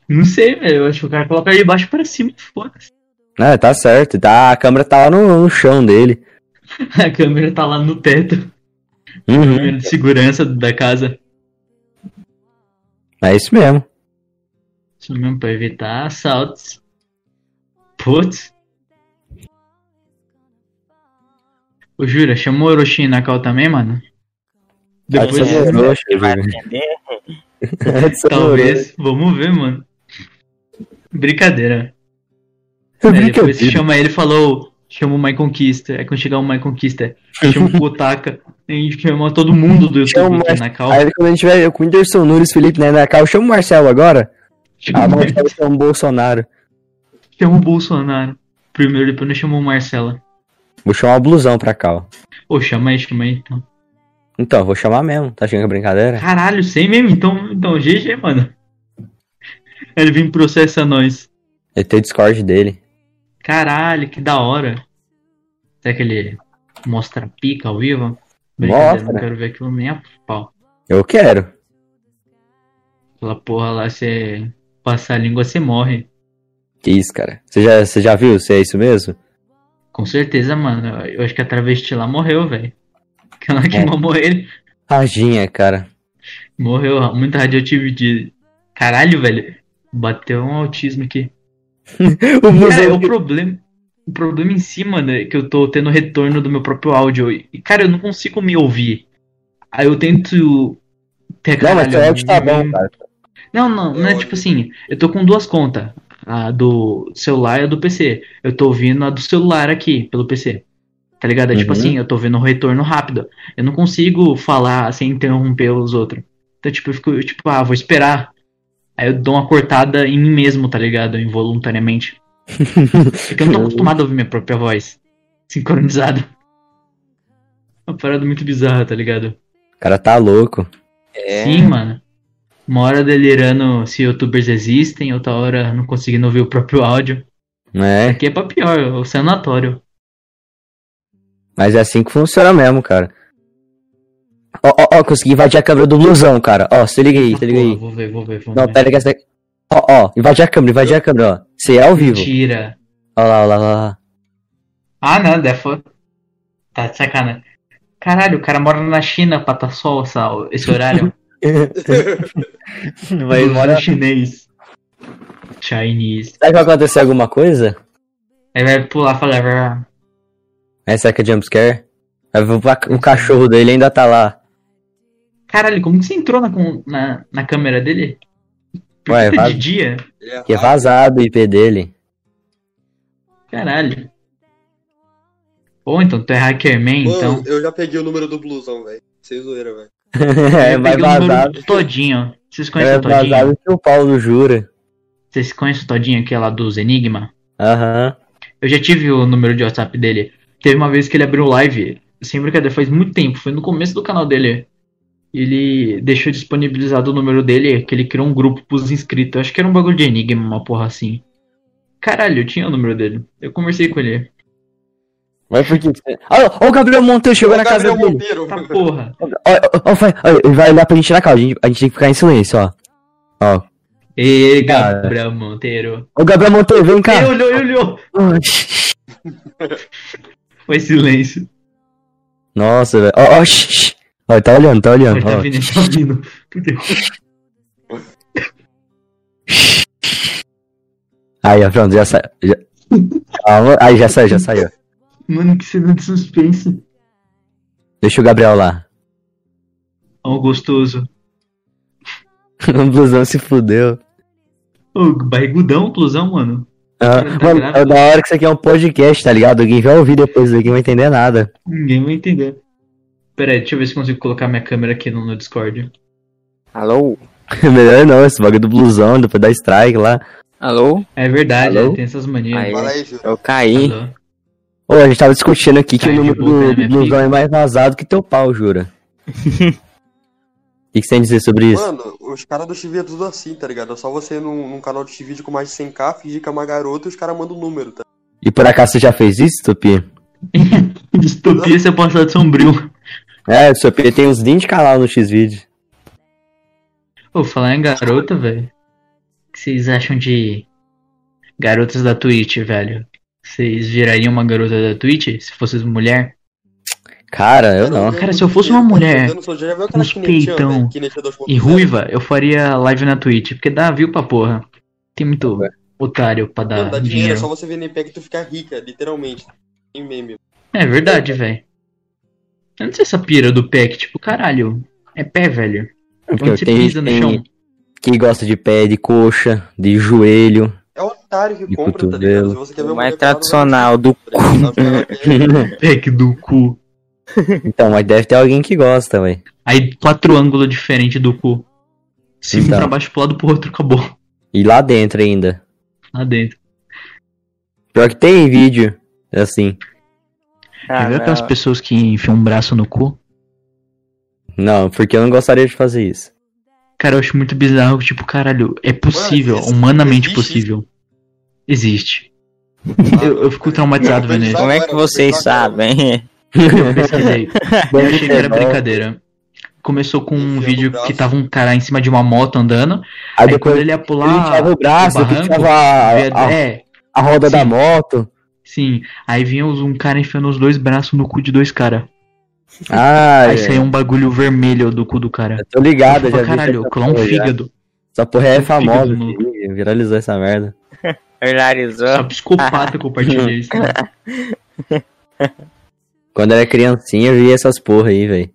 Não sei, velho. Eu acho que o cara coloca de baixo pra cima e foda-se.
Ah, tá certo. Tá, a câmera tá lá no, no chão dele.
A câmera tá lá no teto.
Uhum.
Câmera de segurança da casa.
É isso mesmo.
Isso mesmo, pra evitar assaltos. Putz. Ô, Jura, chamou o Orochi na cal também, mano?
Pode
Depois,
ser Orochi,
vai
velho.
atender.
Pode ser Orochi.
talvez. Vamos ver, mano. Brincadeira.
É
Aí Né, depois
brincadeira.
chama ele e falou, chama o My Conquista. Aí quando chegar o My Conquista, chama o Kotaka. A gente chama todo mundo do
Chama
YouTube
o
aqui
Mar-
na cal.
Aí quando a gente tiver com o Whindersson Nunes, Felipe né, Nenacal, chama o Marcelo agora. Ah,
Chama,
mas vai ser um Bolsonaro.
chama o Bolsonaro. Primeiro, depois nós chamamos o Marcela.
Vou chamar o Blusão pra cá, ó.
Ô, chama aí, chama aí, então.
Então, vou chamar mesmo. Tá achando que é brincadeira?
Caralho, sem mesmo? Então, então GG, mano. Ele vem e processa nós.
Eu tenho o É Discord dele.
Caralho, que da hora. Será que ele mostra a pica ao vivo? Brincadeira,
Mostra.
não quero ver aquilo nem a pau.
Eu quero.
Aquela porra lá, você passar a língua, você morre.
Que isso, cara. Você já, você já viu se é isso mesmo?
Com certeza, mano. Eu acho que a travesti lá morreu, velho. Aquela que
É.
mamou ele.
Tadinha, cara.
Morreu, muita radioatividade. Caralho, velho. Bateu um autismo aqui.
É, O
Cara,
Blusão.
o problema, o problema em si, mano, é que eu tô tendo retorno do meu próprio áudio. E, cara, eu não consigo me ouvir. Aí eu tento. Ter,
Não, mas
caralho,
teu áudio tá
um-
bom, cara.
Não, não, não é
Eu-
tipo assim. Eu tô com duas contas. A do celular e a do PC. Eu tô ouvindo a do celular aqui, pelo PC. Tá ligado? É tipo
Uhum.
assim, eu tô vendo um retorno rápido. Eu não consigo falar sem interromper os outros. Então, tipo, eu fico, eu, tipo, ah, vou esperar. Aí eu dou uma cortada em mim mesmo, tá ligado? Involuntariamente. Porque eu não tô acostumado a ouvir minha própria voz. Sincronizada. Uma parada muito bizarra, tá ligado?
O cara tá louco.
É.
Sim, mano. Uma hora delirando se youtubers existem, outra hora não conseguindo ouvir o próprio áudio.
Né?
Aqui é pra pior, é o sanatório.
Mas é assim que funciona mesmo, cara. Ó, ó, ó, consegui invadir a câmera do Blusão, cara. Ó, se liga aí, se liga
Porra,
tá
né?
aí.
Vou ver, vou ver, vou
Não, tá
ver.
pera que essa. Ó, ó, invadir a câmera, invadir a câmera, ó. Você é ao vivo.
Mentira.
Ó lá, ó lá, ó lá.
Ah, não, deve foi. Tá de sacana. Caralho, o cara mora na China pra tá sol essa, esse horário. Blusão
Vai embora.
chinês. Chinese.
Será que vai acontecer alguma coisa?
Aí vai pular e falar.
Aí será que é jumpscare? Aí o pa- O cachorro dele ainda tá lá.
Caralho, como que você entrou na, com- na, na câmera dele? Por
Ué,
que tá
vaza.
de dia?
Ele é
Que é
rápido.
vazado o IP dele.
Caralho. Ou então tu é hackerman, então.
Mano, eu já peguei o número do blusão, velho. Sem zoeira, velho.
é,
Eu
vai
peguei o número
vazado.
Todinho. Vocês conhecem
É
o Todinho?
vazado que o Paulo jura.
Vocês conhecem o Todinho, que é lá dos Enigma?
Aham.
Eu já tive o número de WhatsApp dele. Teve uma vez que ele abriu live, sem brincadeira, faz muito tempo, foi no começo do canal dele. Ele deixou disponibilizado o número dele, que ele criou um grupo pros inscritos. Acho que era um bagulho de Enigma, uma porra assim. Caralho, eu tinha o número dele. Eu conversei com ele.
Vai por que. Ó, ó, o Gabriel Monteiro chegou
Ô,
na casa
Gabriel
dele.
Monteiro.
Tá porra.
Ó, ó, ó, vai, ó, ele vai olhar pra gente na calma. A gente, a gente tem que ficar em silêncio, ó. Ó.
Ê,
Cara.
Gabriel Monteiro.
Ô, Gabriel Monteiro, vem cá.
Ele olhou, ele olhou. Foi silêncio.
Nossa, velho. Ó, ó, shh, shh. ó, ele tá olhando, tá olhando.
Ele tá
ó.
vindo, ele tá vindo. Fudeu.
Aí, ó, pronto, já saiu. Já... Calma. Aí, já saiu, já saiu.
Mano, que cena de suspense.
Deixa o Gabriel lá.
Ó, o gostoso.
o blusão se fudeu.
Ô, barrigudão, inclusão, mano.
Ah,
Tá
mano,
grávida.
é da hora que isso aqui é um podcast, tá ligado? Alguém vai ouvir depois, ninguém vai entender nada.
Ninguém vai entender. Pera aí, deixa eu ver se consigo colocar minha câmera aqui no, no Discord.
Alô?
Melhor não, esse bagulho do blusão, depois dá strike lá.
Alô?
É verdade,
Alô?
é, tem essas manias.
Aí,
Fala aí, Júlio.
Eu caí.
Alô?
Ô, a gente tava discutindo aqui que
Ai,
o número
de boca, né,
do,
minha
do blusão
filha?
é mais vazado que teu pau, jura? O que, que você tem a dizer sobre isso?
Mano, os caras do Chivi é tudo assim, tá ligado? É só você ir num, num canal de Chivi com mais de 100k, fingir que é uma garota e os caras mandam o número, tá?
E por acaso você já fez isso, Tupi?
Distopia seu passado sombrio.
É, o Tupi tem uns 20 canal no X-Video.
Pô, falar em garota, velho. O que vocês acham de garotas da Twitch, velho? Vocês virariam uma garota da Twitch se fosse mulher?
Cara, eu não.
Cara, se eu fosse uma mulher
Eu não sou- já viu aquelas
uns
Kinetian,
peitão
né? Kinetian 2.0?
E ruiva, eu faria live na Twitch, porque dá view pra porra. Tem muito otário pra
Mano,
dar
dá dinheiro, é
dinheiro.
só você vender pega e tu ficar rica, literalmente. Em meme.
É verdade, velho. Eu não sei essa pira do pack, tipo, caralho. É pé, velho. Onde você
Tem gente
pisa no chão.
que gosta de pé, de coxa, de joelho.
É o otário que
De
compra, tá
cotovelo.
ligado? Se você quer ver
O
uma
mais
mulher tá pelada,
é tradicional do
vai no Instagram, tá ligado?
Pack do cu.
Então, mas deve ter alguém que gosta, velho.
Aí quatro ângulos diferentes do cu. Se um
Então.
pra baixo pro lado pro outro, acabou.
E lá dentro ainda.
Lá dentro.
Pior que tem vídeo, assim.
Já viu aquelas pessoas que enfiam um braço no cu?
Não, porque eu não gostaria de fazer isso.
Cara, eu acho muito bizarro, tipo, caralho, é possível,
isso-
humanamente
existe
possível. Existe. Eu, eu fico traumatizado vendo isso.
Como é que
tá
vocês sabem?
Eu pesquisei. Eu achei que era brincadeira. Começou com um vídeo que tava um cara em cima de uma moto andando. Aí
Aí
quando
depois
ele ia
ele
pular.
tirava o braço,
barranco,
puxava a, a,
É,
a roda da
Sim.
moto.
sim. Aí vinha os- um cara enfiando os dois braços no cu de dois caras.
Ah,
Aí
é.
saiu um bagulho vermelho do cu do cara.
eu tô ligado,
Eu
já
falei,
vi.
caralho,
essa tá
colar um
porra já.
fígado.
Essa porra é
um fígado,
famosa,
maluco.
sim, viralizou essa merda.
Só
Hilarizou.
psicopata compartilha isso. né?
Quando eu era criancinha, eu via essas porra aí, velho.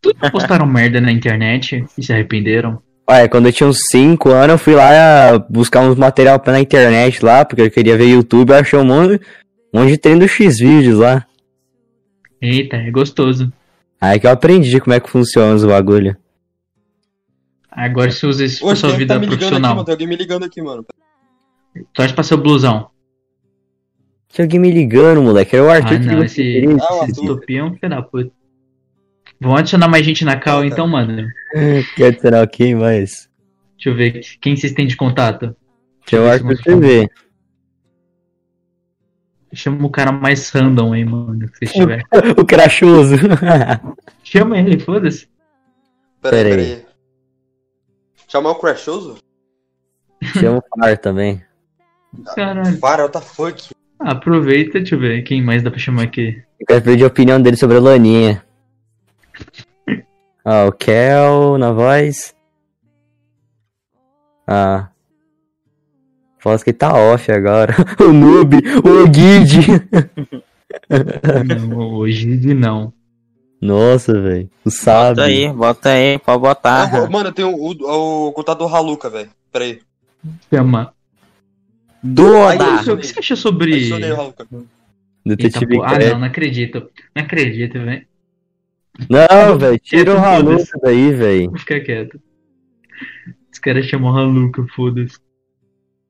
Tudo que postaram merda na internet e se arrependeram.
Olha, quando eu tinha uns 5 anos, eu fui lá ah, buscar uns material pra- na internet lá, porque eu queria ver YouTube, eu achei um monte, um monte de treino do X-Vídeos lá.
Eita, é gostoso.
Aí que eu aprendi como é que funciona os bagulho.
Agora você usa isso pra
Hoje,
sua
tem, tá
vida
me ligando aqui,
profissional.
mano. Tem alguém me ligando aqui, mano.
Torce pra seu blusão.
Tinha alguém me ligando, moleque, era o Arthur
Ah,
que
não,
ligou
esse-
pra mim.
Ah, o Arthur.
Distopia é um filho da puta. Vão adicionar mais gente na cal, então, mano.
Quer adicionar aqui, mas...
Deixa eu ver quem vocês têm de contato.
Tinha o
ver se
Arthur
você-
TV.
Chama o cara mais random aí, mano, que você tiver.
o crachuso.
Chama ele, foda-se.
Pera aí,
Pera
pera aí. Chamar o Crashoso?
Chama o Far um também.
Caralho.
Para, what the fuck?
Aproveita, deixa eu ver quem mais dá pra chamar aqui.
Eu quero pedir a opinião dele sobre a Laninha. Ah, o Kel na voz. Ah. Voz que tá off agora. O noob, o Guide.
Não, hoje não.
Nossa, velho. O
Bota
sábio.
Tá aí, bota aí, pode
Eu
Tá
vou-
botar.
Ah, Mano, eu tenho o, o contato do Haluca, velho. Pera aí.
Chama.
Duoda!
Isso, o que você acha sobre.
Adicionei o Haluca.
Eita,
Detetive
pô, ah,
Craig.
não, não acredito. Não acredito, velho.
Não, velho. Tira o
Eita,
Ralu
foda-se.
daí, velho.
Vou ficar quieto. Os caras chamam Haluca, foda-se.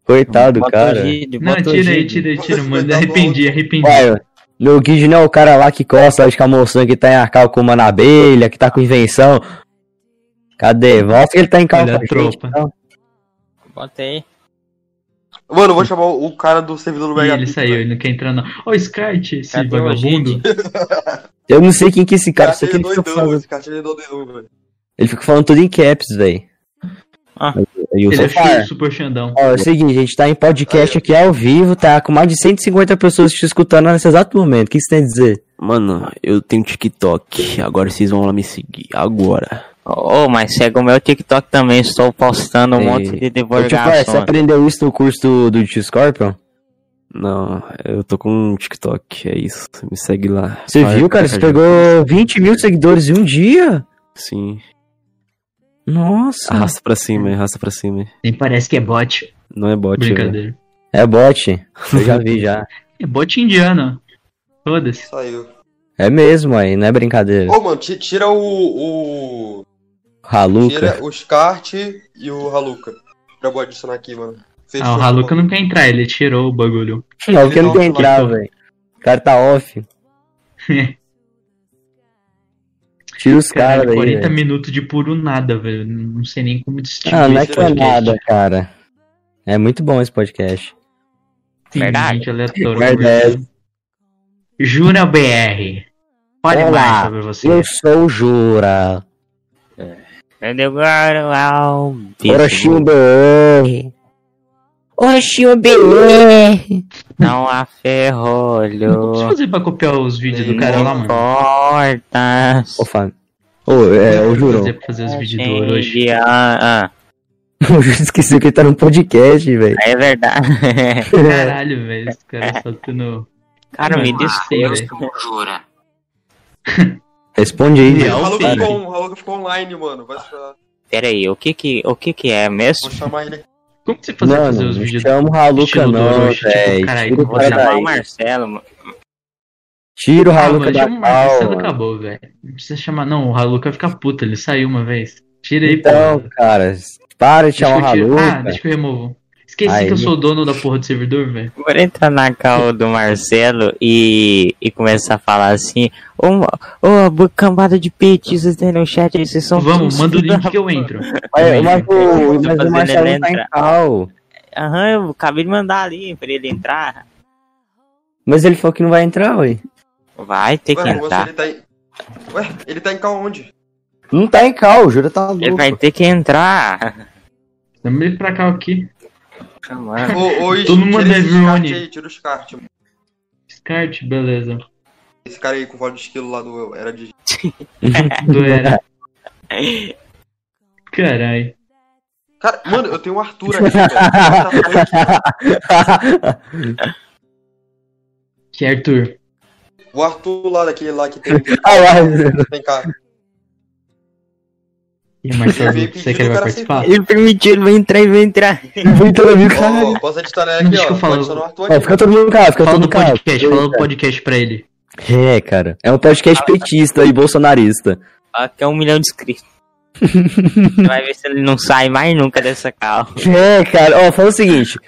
Coitado, do
Bota
cara.
o Gide,
Não,
bota o
tira aí,
Gide.
tira aí, tira,
Foda-se,
mano.
tá
vai dar
Arrependi, arrependi.
Ué, meu Guide não é o cara lá que gosta lá de ficar mostrando que tá em arcal com uma na abelha, que tá com invenção. Cadê? Mostra que ele tá em calma.
Olha a
com a gente,
tropa.
então.
Bota aí.
Mano, eu vou chamar o o cara do servidor do
Ih,
Mega
ele
Pix,
saiu,
velho.
ele não quer entrar, não. Ó, o Skart, esse
Cadê o
vagabundo.
Eu não sei quem que é esse cara,
Cara,
só
ele
que
é
ele fica
doidão,
falando.
esse cara ele é doidão, velho.
Ele fica falando tudo em caps, velho.
Ah.
Aí o
Ele é achou
Sofar.
o Super Xandão.
Ó, é o seguinte, a gente tá em podcast aqui ao vivo, tá com mais de 150 pessoas te escutando nesse exato momento. O que que você tem a dizer?
Mano, eu tenho TikTok. Agora vocês vão lá me seguir. Agora.
Ô, ô, mas segue o meu TikTok também, estou postando um
Ei, Então, tipo, é,
monte de
Ô, tio Far, você
divulgação.
aprendeu isso no curso do, do Tio Scorpion?
Não, eu tô com um TikTok. É isso. Me segue lá.
Você
Vai,
viu, cara? Você
Cajá.
pegou 20 mil seguidores em um dia?
Sim.
Nossa.
Ah,
Arrasta pra cima, arrasta pra cima.
Nem parece que é bot.
Não é bot. velho.
Brincadeira.
É bot. Eu já vi já.
É bot indiano. Foda-se. Ah,
Saiu.
É mesmo aí, não é brincadeira.
Ô, mano, ti- tira o. o-
Haluca.
tira o Skart e o Haluka. Pra eu adicionar aqui, mano. Fechou,
Ah, o Haluka não quer entrar, ele tirou o bagulho.
Não, que não quer
Ele não
entrar,
falou.
velho. O cara tá off. Tira os
Caralho,
caras aí.
40
velho.
minutos de puro nada, velho. Não sei nem como distinguir
Ah, não é
esse
que é
podcast.
nada, cara. É muito bom esse podcast.
Sim,
Verdade.
gente aleatória.
Verdade.
conversando. Jura BR. Fale
Olá,
mais sobre você.
Eu sou o Jura.
É
Orochinho BR. Orochinho BR.
Não há
Como você
ferrolho.
fazer pra copiar os vídeos do
Ei,
cara lá, mano? Como
Portas.
Ô, Fábio. Ô, é, o Juro.
fazer pra fazer os vídeos do Orochi?
Entendi, ah, ah,
O Juro esqueceu que ele tá no podcast, velho.
É verdade.
Caralho, velho. Esse cara só tendo.
Cara, me
Mano, eu
desculpa.
sou
Responde aí,
é
O
velho.
Haluka,
Cara.
né?
ficou, o Haluka ficou online, mano. Vai esperar.
Pera aí, o que que, o que que é
Vou
mesmo?
chamar ele aqui.
Como você fazer pra fazer
Mano,
os
não
vídeos
chama o Haluca
estilo do
não,
Orochi, tipo, caralho,
velho. Tira o
vou Verdade.
Vou
cara
chamar o
daí.
Marcelo. mano.
Tira o
Ah,
Haluca
mano,
da
chama o Marcelo,
calma.
acabou, velho. Não precisa chamar, não. O Haluka vai ficar puto, ele saiu uma vez. Tira aí,
Então,
porra.
cara, para de
Deixa
chamar o
eu tirar- Ah,
Haluca.
deixa que eu removo. Esqueci
Aí.
que eu sou dono da porra do servidor, velho.
Bora entrar na cal do Marcelo e, e começar a falar assim: Ô, ô, bu- cambada de petistas tem no chat aí, vocês são.
Vamos,
todos
manda o
filhos
link
da
que eu
puta."
entro.
Mas, mas
tipo,
o-
né?
Tô
mas o
fazendo
Marcelo
né? ele
tá em
entrar.
cal.
Aham, eu acabei de mandar ali pra ele entrar.
Mas ele falou que não vai entrar, ué.
Vai ter que
Ué, moço,
entrar.
ele tá em. Ué, ele tá em cal onde?
Não tá em cal, o Jura tá
Ele
louco.
vai ter que entrar.
Chama ele pra cá aqui.
Chamando.
Ô, ô,
Todo mundo
tira
é
esse
Verone.
Skart aí, tira o Skart.
Descarte, beleza.
Esse cara aí com voz de esquilo lá do. Era de.
Do era. Caralho.
Cara, mano, eu tenho um Arthur aqui, velho.
Que é Arthur.
O Arthur lá daquele lá que tem.
Ah, lá.
Tem cá.
E Marcelo,
Veio
você
pedir,
que ele vai
o cara
Ah.
participar?
Ele permitiu, ele vai entrar e vai entrar.
Muito amigo, caralho.
Ó, posso editar ele
Não,
aqui,
deixa
ó.
que eu falo.
Pode adicionar o Arthur
Ó,
aqui.
fica todo mundo calmo, fica
Fala
todo
do
mundo calmo.
podcast, fala do podcast pra ele.
É, cara. É um podcast petista e bolsonarista.
Ó, que é um milhão de inscritos. Você vai ver se ele não sai mais nunca dessa cal.
É, cara. Ó, fala o seguinte.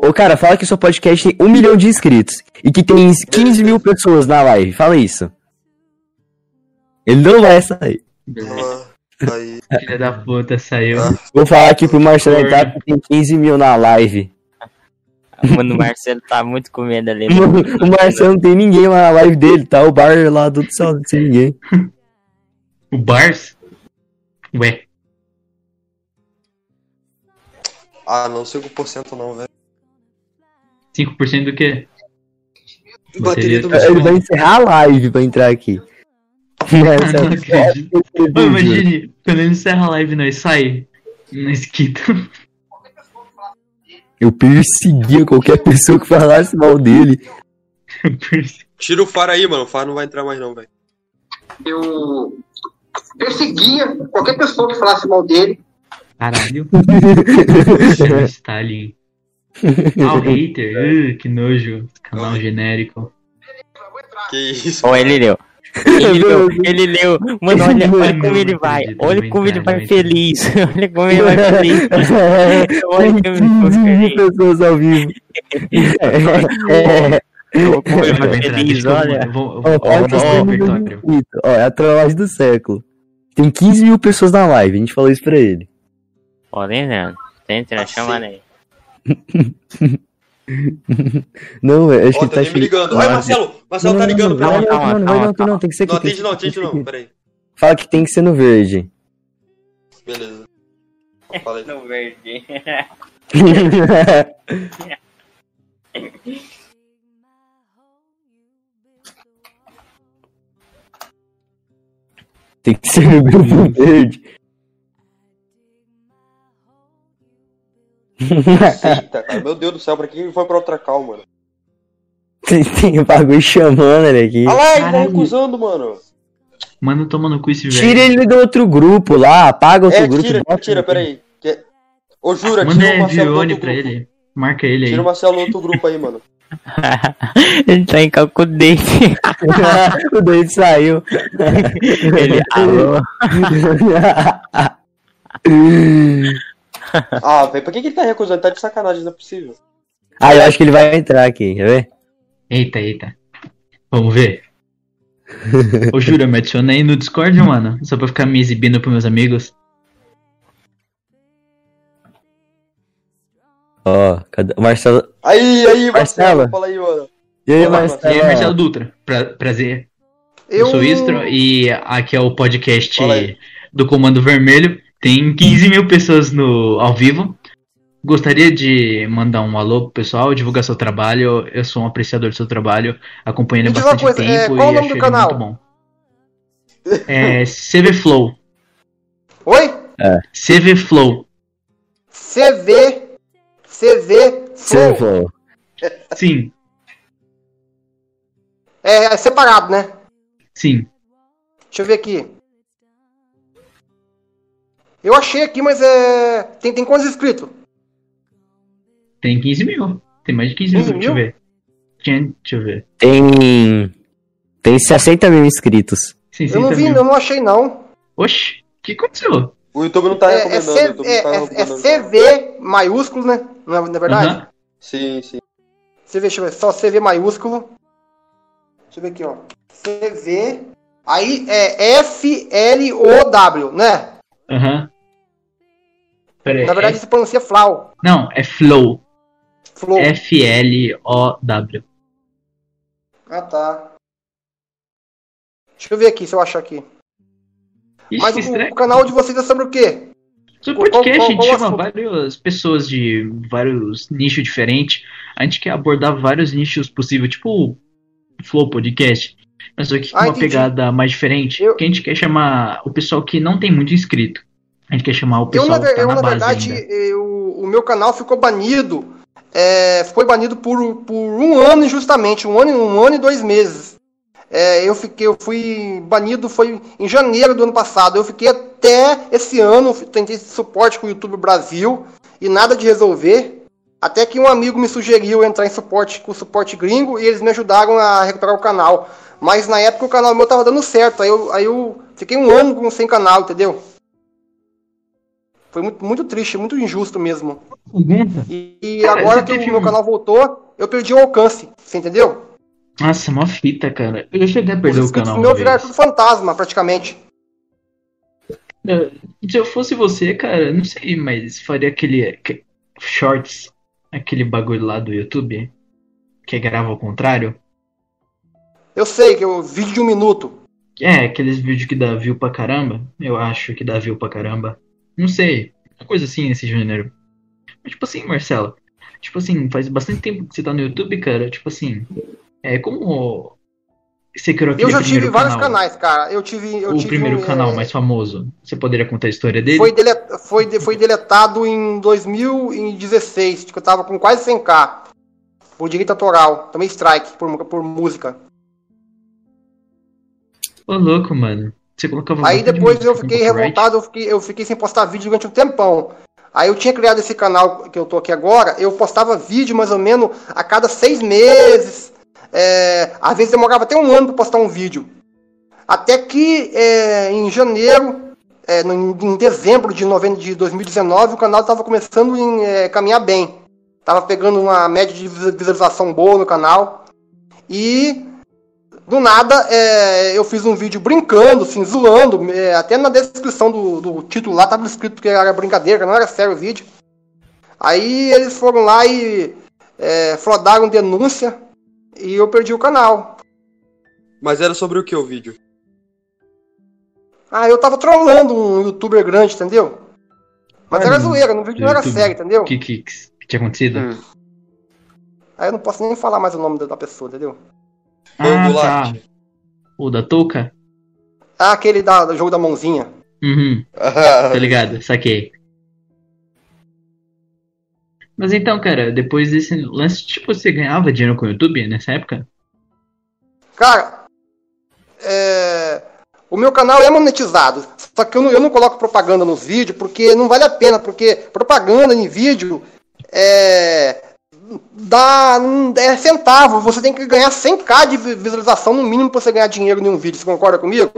Ô, ô, cara, fala que seu podcast tem um milhão de inscritos e que tem 15 mil pessoas na live. Fala isso. Ele não vai sair.
Ah, aí.
Filha da puta, saiu.
Ah.
Vou falar aqui pro Marcelo entrar que tem 15 mil na live.
Mano, o Marcelo tá muito com medo ali.
Mano, o Marcelo não tem ninguém lá na live dele, tá? O bar lá do céu, sem ninguém.
O Bars? Ué,
Ah, não, 5% não, velho.
5% do quê? Bateria
Bateria do
tá-
Ele vai
meu
encerrar a live pra entrar aqui. Essa
não acredito.
é
Ô, imagine, quando ele encerra a live, nós sai na esquita.
Eu perseguia qualquer pessoa que falasse mal dele.
Tira o Far aí, mano. O Far não vai entrar mais, não, velho.
eu perseguia qualquer pessoa que falasse mal dele.
Caralho. Você é um Stalin. Ah, o hater. Uh, que nojo. Canal genérico.
Que isso.
Ó, ele leu. Ele leu, ele leu. Mano, olha, olha como ele vai. Olha como ele vai feliz. Olha como ele vai feliz. Olha como ele ficou
15 mil
feliz.
pessoas ao vivo.
Olha Como ele
Vai
vai
entrar,
feliz,
deixa eu-
olha.
eu vou- eu
Ó,
vou-
olha
eu
que
vou-
esse
eu vou-
menino
eu
é
vou-
bonito. Ó, é a trollagem do século. Tem 15 mil pessoas na live, a gente falou isso pra ele.
Ó, tá entrando. Tá entrando,
Assim.
chamando aí.
Não, velho, acho
Ó,
que
tá
ele
nem
tá
me ligando. Ai, Marcelo! Marcelo tá ligando,
não,
pelo
não,
amor
não,
calma,
não, não,
calma,
vai não, tem não, tem que ser
Não
aqui, tem que
atende, não,
ser
atende
aqui.
não. Pera aí.
Fala que tem que ser no verde.
Beleza. Fala aí.
No verde.
Tem que ser no grupo verde.
Eita, cara. Meu Deus do céu, pra quem foi pra outra cal, mano?
tem, tem o bagulho chamando ele aqui.
Ah lá, ele tá
Caralho.
recusando, mano.
Manda tomar no cu esse velho.
Tira ele do outro grupo lá, apaga outro
É,
grupo.
tira,
bota- né?
tira, peraí. Que- é- Ô, Jura,
Manda um
tira o Marcelo do
Vione
outro
pra
grupo.
ele. Marca ele aí.
Tira o Marcelo do outro grupo aí, mano.
ele tá em cálculo dele.
o doido saiu.
Ele, alô?
Ah, velho, pra que, que ele tá recusando? Tá de sacanagem, não é possível.
ah, eu acho que ele vai entrar aqui, quer ver?
Eita, eita. Vamos ver. Ô, Jura, me adiciona aí no Discord, mano. Só pra eu ficar me exibindo pros meus amigos.
Ó, cadê? O Marcelo.
Aí, aí,
Marcelo.
Marcelo, fala aí, mano.
E aí,
Olá,
E aí, Marcelo
Marcelo?
Dutra. Pra- prazer. Eu... sou Istro e aqui é o podcast
Fala aí.
do Comando Vermelho. Tem 15 mil pessoas no, ao vivo. Gostaria de mandar um alô pro pessoal, divulgar seu trabalho. Eu sou um apreciador do seu trabalho, acompanhando
Me
há
diz uma
bastante
coisa, é,
tempo
qual o
e
nome do
achei ele
canal?
muito bom. É CV Flow.
Oi?
CV Flow.
CV. CV.
Você
Flow.
falou.
Sim,
É, é separado, né?
sim.
Deixa eu ver aqui. Eu achei aqui, mas é. Tem, tem quantos inscritos?
Tem 15 mil. Tem mais de 15 mil,
15
deixa eu ver. Tinha- Deixa eu ver.
Tem. Tem 60 mil inscritos.
Sim, sim,
Eu não vi,
mil.
eu não achei, não.
Oxi, o que aconteceu?
O YouTube não tá
é, é,
recomendando, o
C-
YouTube não
é-
tá
é- é
recomendando.
CV maiúsculo, né? Não é, não é verdade?
Aham.
Sim, sim.
CV, deixa eu ver, só CV maiúsculo. Deixa eu ver aqui, ó. CV. Aí é F-L-O-W, né?
Aham. Pera aí,
Na verdade,
é-
se pronuncia Flau.
não, é Flow.
Flow.
É. F-L-O-W.
Ah, tá. Deixa eu ver aqui, se eu achar aqui.
Ixi,
Mas
que
o,
estranho.
o canal de vocês é sobre o quê?
Sobre
qual-
podcast,
qual-
a gente
qual
chama
assunto?
várias pessoas de vários nichos diferentes. A gente quer abordar vários nichos possíveis, tipo o Flow Podcast. Mas só que com
Ah,
uma
entendi.
pegada mais diferente,
Eu-
que a gente quer chamar o pessoal que não tem muito inscrito. A gente quer chamar o
Eu,
pessoal
na,
que
ver-
tá
eu,
na
na
base
verdade,
ainda.
eu- o meu canal ficou banido. é, ficou banido por, por um ano, injustamente. Um ano, e- um ano e dois meses. É, eu fiquei, eu fui banido foi em janeiro do ano passado. Eu fiquei até esse ano, f- tentei esse suporte com o YouTube Brasil e nada de resolver. Até que um amigo me sugeriu entrar em suporte com o suporte gringo e eles me ajudaram a recuperar o canal. Mas na época o canal meu tava dando certo. Aí eu, aí eu fiquei um ano com- sem canal, entendeu? Foi muito, muito triste, muito injusto mesmo. E, e
Cara,
agora
você
que o
teve
meu
um-
canal voltou, eu perdi o alcance, você entendeu?
Nossa, mó fita, cara. Eu já cheguei a perder o
Os inscritos
canal.
meus
Uma
viraram
vez.
tudo fantasma, praticamente.
Se eu fosse você, cara, não sei, mas faria aquele que- shorts, aquele bagulho lá do YouTube, que grava ao contrário.
Eu sei que é o vídeo de um minuto.
É, aqueles vídeos que dá view pra caramba. Eu acho que dá view pra caramba. Não sei. Uma coisa assim nesse gênero. Mas, tipo assim, Marcelo. Tipo assim, faz bastante tempo que você tá no YouTube, cara. Tipo assim. É como. Você criou
Eu
aquele
já tive
primeiro
vários
canal,
canais, cara. Eu tive. Eu
O
tive
primeiro
um,
canal
é,
mais famoso. Você poderia contar a história dele?
Foi, dele- foi, de- foi deletado em 2016, que eu tava com quase 100k. Por direito autoral. Também strike por, mu- por música.
Ô, louco, mano. Você colocava
Aí
bastante
depois
música
eu
com
fiquei
copyright.
revoltado, eu fiquei, eu fiquei sem postar vídeo durante um tempão. Aí eu tinha criado esse canal que eu tô aqui agora, eu postava vídeo mais ou menos a cada seis meses. É, às vezes demorava até um ano para postar um vídeo. Até que é, em janeiro, é, no- em dezembro de, novembro de 2019, o canal estava começando a caminhar bem. Tava pegando uma média de visa- visualização boa no canal. E do nada, é, eu fiz um vídeo brincando, assim, zoando. é, até na descrição do, do título lá tava escrito que era brincadeira, que não era sério o vídeo. Aí eles foram lá e é, flodaram denúncia e eu perdi o canal.
Mas era sobre o que o vídeo?
Ah, eu tava trollando um youtuber grande, entendeu? Mas
Ah,
era
não.
zoeira, no vídeo não era
YouTube.
sério, entendeu?
O que, que, que tinha acontecido?
Hum.
Aí eu não posso nem falar mais o nome da- da pessoa, entendeu?
Foi o
Ah, tá.
Goulart.
O da touca?
Ah, aquele da, do jogo da mãozinha.
Uhum, tá ligado, saquei. Mas então, cara, depois desse lance, tipo, você ganhava dinheiro com o YouTube nessa época?
Cara, é, o O meu canal é monetizado, só que eu não, eu não coloco propaganda nos vídeos porque não vale a pena, porque propaganda em vídeo é. Dá, é centavo, você tem que ganhar 100k de vi- visualização no mínimo pra você ganhar dinheiro em um vídeo, você concorda comigo?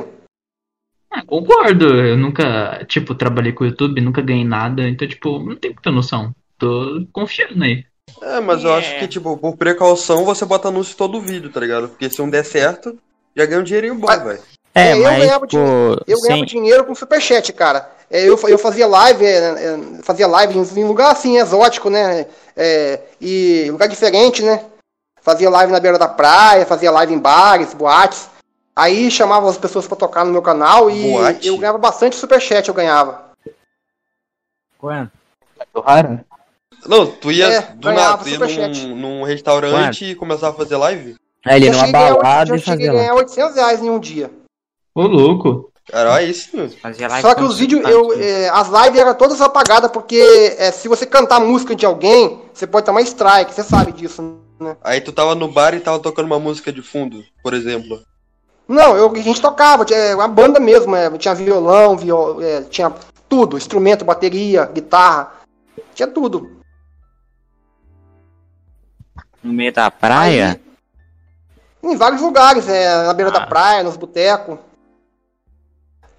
Ah, concordo. Eu nunca, tipo, trabalhei com o YouTube, nunca ganhei nada. Então, tipo, não tenho muita noção. Tô confiando aí.
É, mas eu acho que, tipo, por precaução, você bota anúncio em todo vídeo, tá ligado? Porque se não der certo, já ganha um dinheirinho bom,
Mas-
velho.
É,
eu
mas,
ganhava um-
tipo,
Eu ganhava
sem-
dinheiro com superchat, cara. É, eu, fa- eu fazia live, é, é, fazia live em lugar assim, exótico, né? É, e lugar diferente, né? Fazia live na beira da praia, fazia live em bares, boates. Aí chamava as pessoas pra tocar no meu canal e
Boate?
eu ganhava bastante superchat, eu ganhava.
Quando?
Rara?
Não, tu ia
É,
do
ganhava
nada, tu ia
superchat.
num, num restaurante e começar a fazer live?
Aí É, ele
Eu
numa
cheguei a-
balada
eu
e
cheguei
fazia
a
lá.
ganhar 800 reais em um dia.
Ô, louco.
Cara, é isso, meu.
Fazia live
Só que
com
os vídeos,
cinco
eu,
partes.
é, as lives eram todas apagadas, porque é, se você cantar a música de alguém, você pode tomar strike, você sabe disso, né?
Aí tu tava no bar e tava tocando uma música de fundo, por exemplo.
Não, eu, a gente tocava, tinha uma banda mesmo, é, tinha violão, viol, é, tinha tudo, instrumento, bateria, guitarra, tinha tudo.
No meio da praia?
Em vários lugares, é, na beira da
é? Ah.
praia, nos botecos.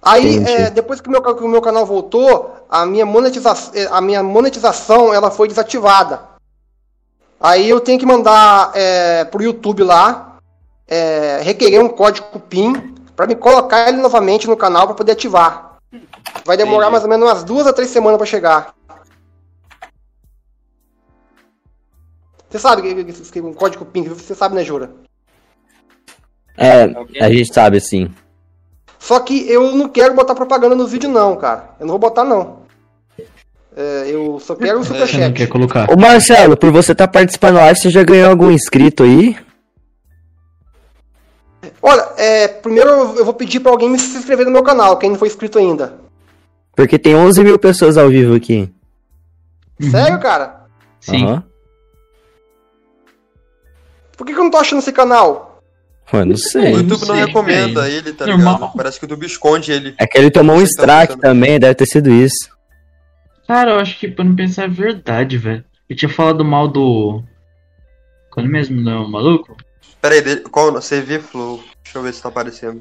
Aí,
Entendi.
é, depois que o, meu, ca- que o meu canal voltou, a minha, monetiza, é, a minha monetização ela foi desativada. Aí eu tenho que mandar é, pro YouTube lá, é, requerer um código PIN pra me colocar ele novamente no canal pra poder ativar. Vai demorar
Entendi.
mais ou menos umas duas a três semanas pra chegar. Você sabe que, que- que um código PIN, você sabe, né, Jura?
É, a gente sabe assim.
Só que eu não quero botar propaganda no vídeo, não, cara. Eu não vou botar, não. É, eu só quero o
Você não quer
superchat.
colocar.
Ô Marcelo, por você estar participando da live, você já ganhou algum inscrito aí?
Olha, é, primeiro eu eu vou pedir pra alguém me se inscrever no meu canal, quem não foi inscrito ainda.
Porque tem 11 mil pessoas ao vivo aqui.
Uhum.
Sério, cara?
Sim.
Aham.
Por que, que eu não tô achando esse canal?
Ué, não sei.
O YouTube não
sei,
recomenda ele, tá
Normal.
ligado? Parece que o YouTube esconde ele.
É que ele tomou um
Você tá
strike
pensando.
também, deve ter sido isso.
Cara, eu acho que pra não pensar é verdade, velho. Eu tinha falado mal do. Quando mesmo não, é um maluco?
Pera aí, de- qual CV Flow? Deixa eu ver se tá aparecendo.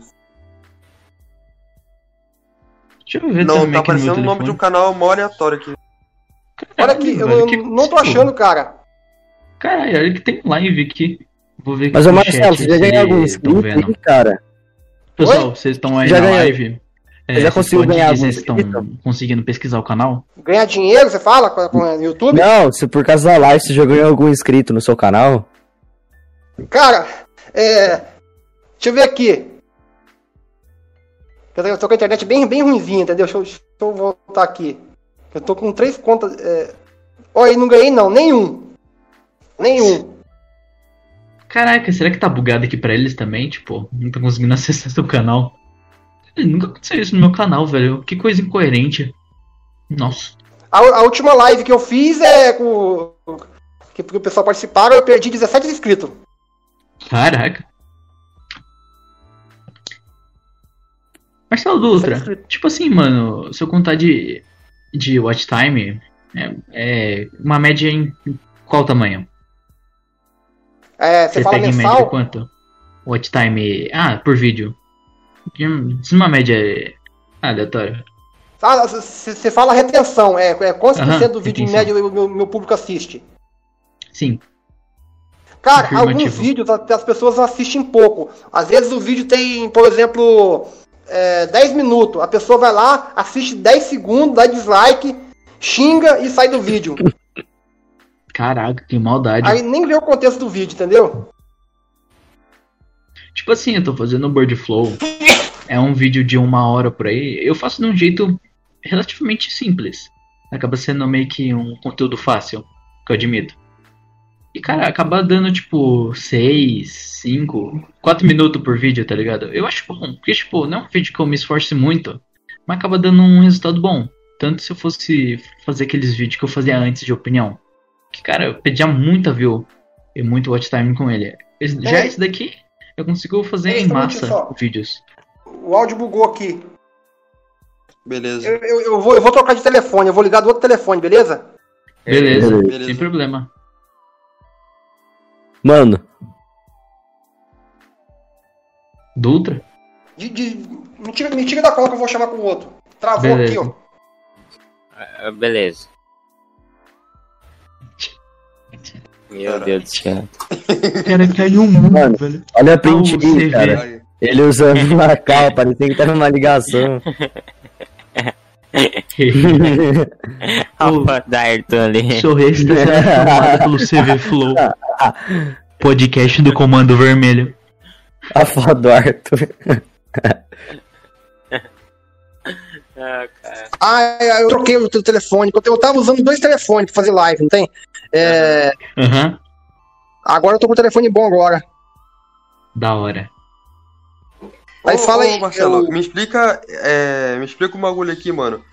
Deixa eu ver
Não,
também
tá
aqui no meu
aparecendo o nome de um
telefone.
canal mó aleatório aqui.
Olha aqui, eu,
Caralho,
eu
velho, que
não tô
absurdo.
achando, cara.
Caralho, olha que tem um live aqui. Vou ver
Mas
aqui
ô
no
Marcelo,
chat
você já
se
ganhou algum
tão
inscrito
vendo.
aí, cara?
Pessoal, vocês estão aí
Já
na
ganhei.
live. É,
Eu já
vocês
consigo
podem-
ganhar
Vocês
algum então.
estão
inscrito?
conseguindo pesquisar o canal?
Ganhar dinheiro, você fala, com, com o YouTube?
Não, se por causa da live você já ganhou algum inscrito no seu canal?
Cara, é... Deixa eu ver aqui. Eu tô com a internet bem, bem ruimzinha, entendeu? Deixa eu, deixa eu voltar aqui. Eu tô com três contas. É... Olha, eu não ganhei não, nenhum. Nenhum.
Caraca, será que tá bugado aqui pra eles também? Tipo, não tô conseguindo acessar seu canal. Ih, Nunca aconteceu isso no meu canal, velho. Que coisa incoerente. Nossa.
A, a última live que eu fiz é com. Que, que o pessoal participaram, eu perdi 17 inscritos.
Caraca. Marcelo Dutra,
Tá
tipo assim, mano, se eu contar de, de watch time, é, é uma média em qual tamanho?
É, você fala
pega em média
mensal?
quanto? Watch time, ah, por vídeo. Hum, Se uma média é aleatória.
Ah, Você você fala retenção, é, é quantos por
Aham,
cento do vídeo em
retenção.
média o meu- meu público assiste?
Sim,
Cara,
Afirmativo.
alguns vídeos a- as pessoas assistem pouco. Às vezes o vídeo tem, por exemplo, é, 10 minutos. A pessoa vai lá, assiste 10 segundos, dá dislike, xinga e sai do vídeo.
caraca, que maldade.
Aí nem vê o contexto do vídeo, entendeu?
Tipo assim, eu tô fazendo um Bird Flow. É um vídeo de uma hora por aí. Eu faço de um jeito relativamente simples. Acaba sendo meio que um conteúdo fácil, que eu admito. E cara, acaba dando tipo 6, 5, 4 minutos por vídeo, tá ligado? Eu acho bom, porque tipo, não é um vídeo que eu me esforce muito, mas acaba dando um resultado bom. Tanto se eu fosse fazer aqueles vídeos que eu fazia antes de opinião. Que cara, eu pedia muita view e muito watch time com ele. Esse- Já
É.
esse daqui eu consigo fazer
É
em
exatamente
massa
só.
vídeos.
O o áudio bugou aqui.
Beleza.
Eu, eu- eu vou, eu vou trocar de telefone, eu vou ligar do outro telefone, beleza?
Beleza,
Beleza.
sem problema.
Mano,
Dutra?
De- de- me, tira, me tira da cola que eu vou chamar com o outro. Travou
Beleza.
Tá aqui, ó.
Ah, Beleza. Meu
Caralho.
Deus do céu.
Cara, caiu um mundo,
Mano,
velho.
olha a print
Ah, você
aí, cara.
vê.
Aí.
Ele usando uma cal, parecia que tava numa ligação.
Ô.
Alpha Darton ali.
Sorriso está sendo filmado pelo CV Flow. Podcast do Comando Vermelho.
a foto do Arthur.
Ah, cara.
Ah, é, eu troquei o teu telefone. porque Eu tava usando dois telefones pra fazer live, não tem? É,
Aham,
agora eu tô com o telefone bom agora.
da hora.
Aí
Ô,
fala
ô,
aí,
Marcelo,
eu-
me explica. é, me explica um bagulho aqui, mano.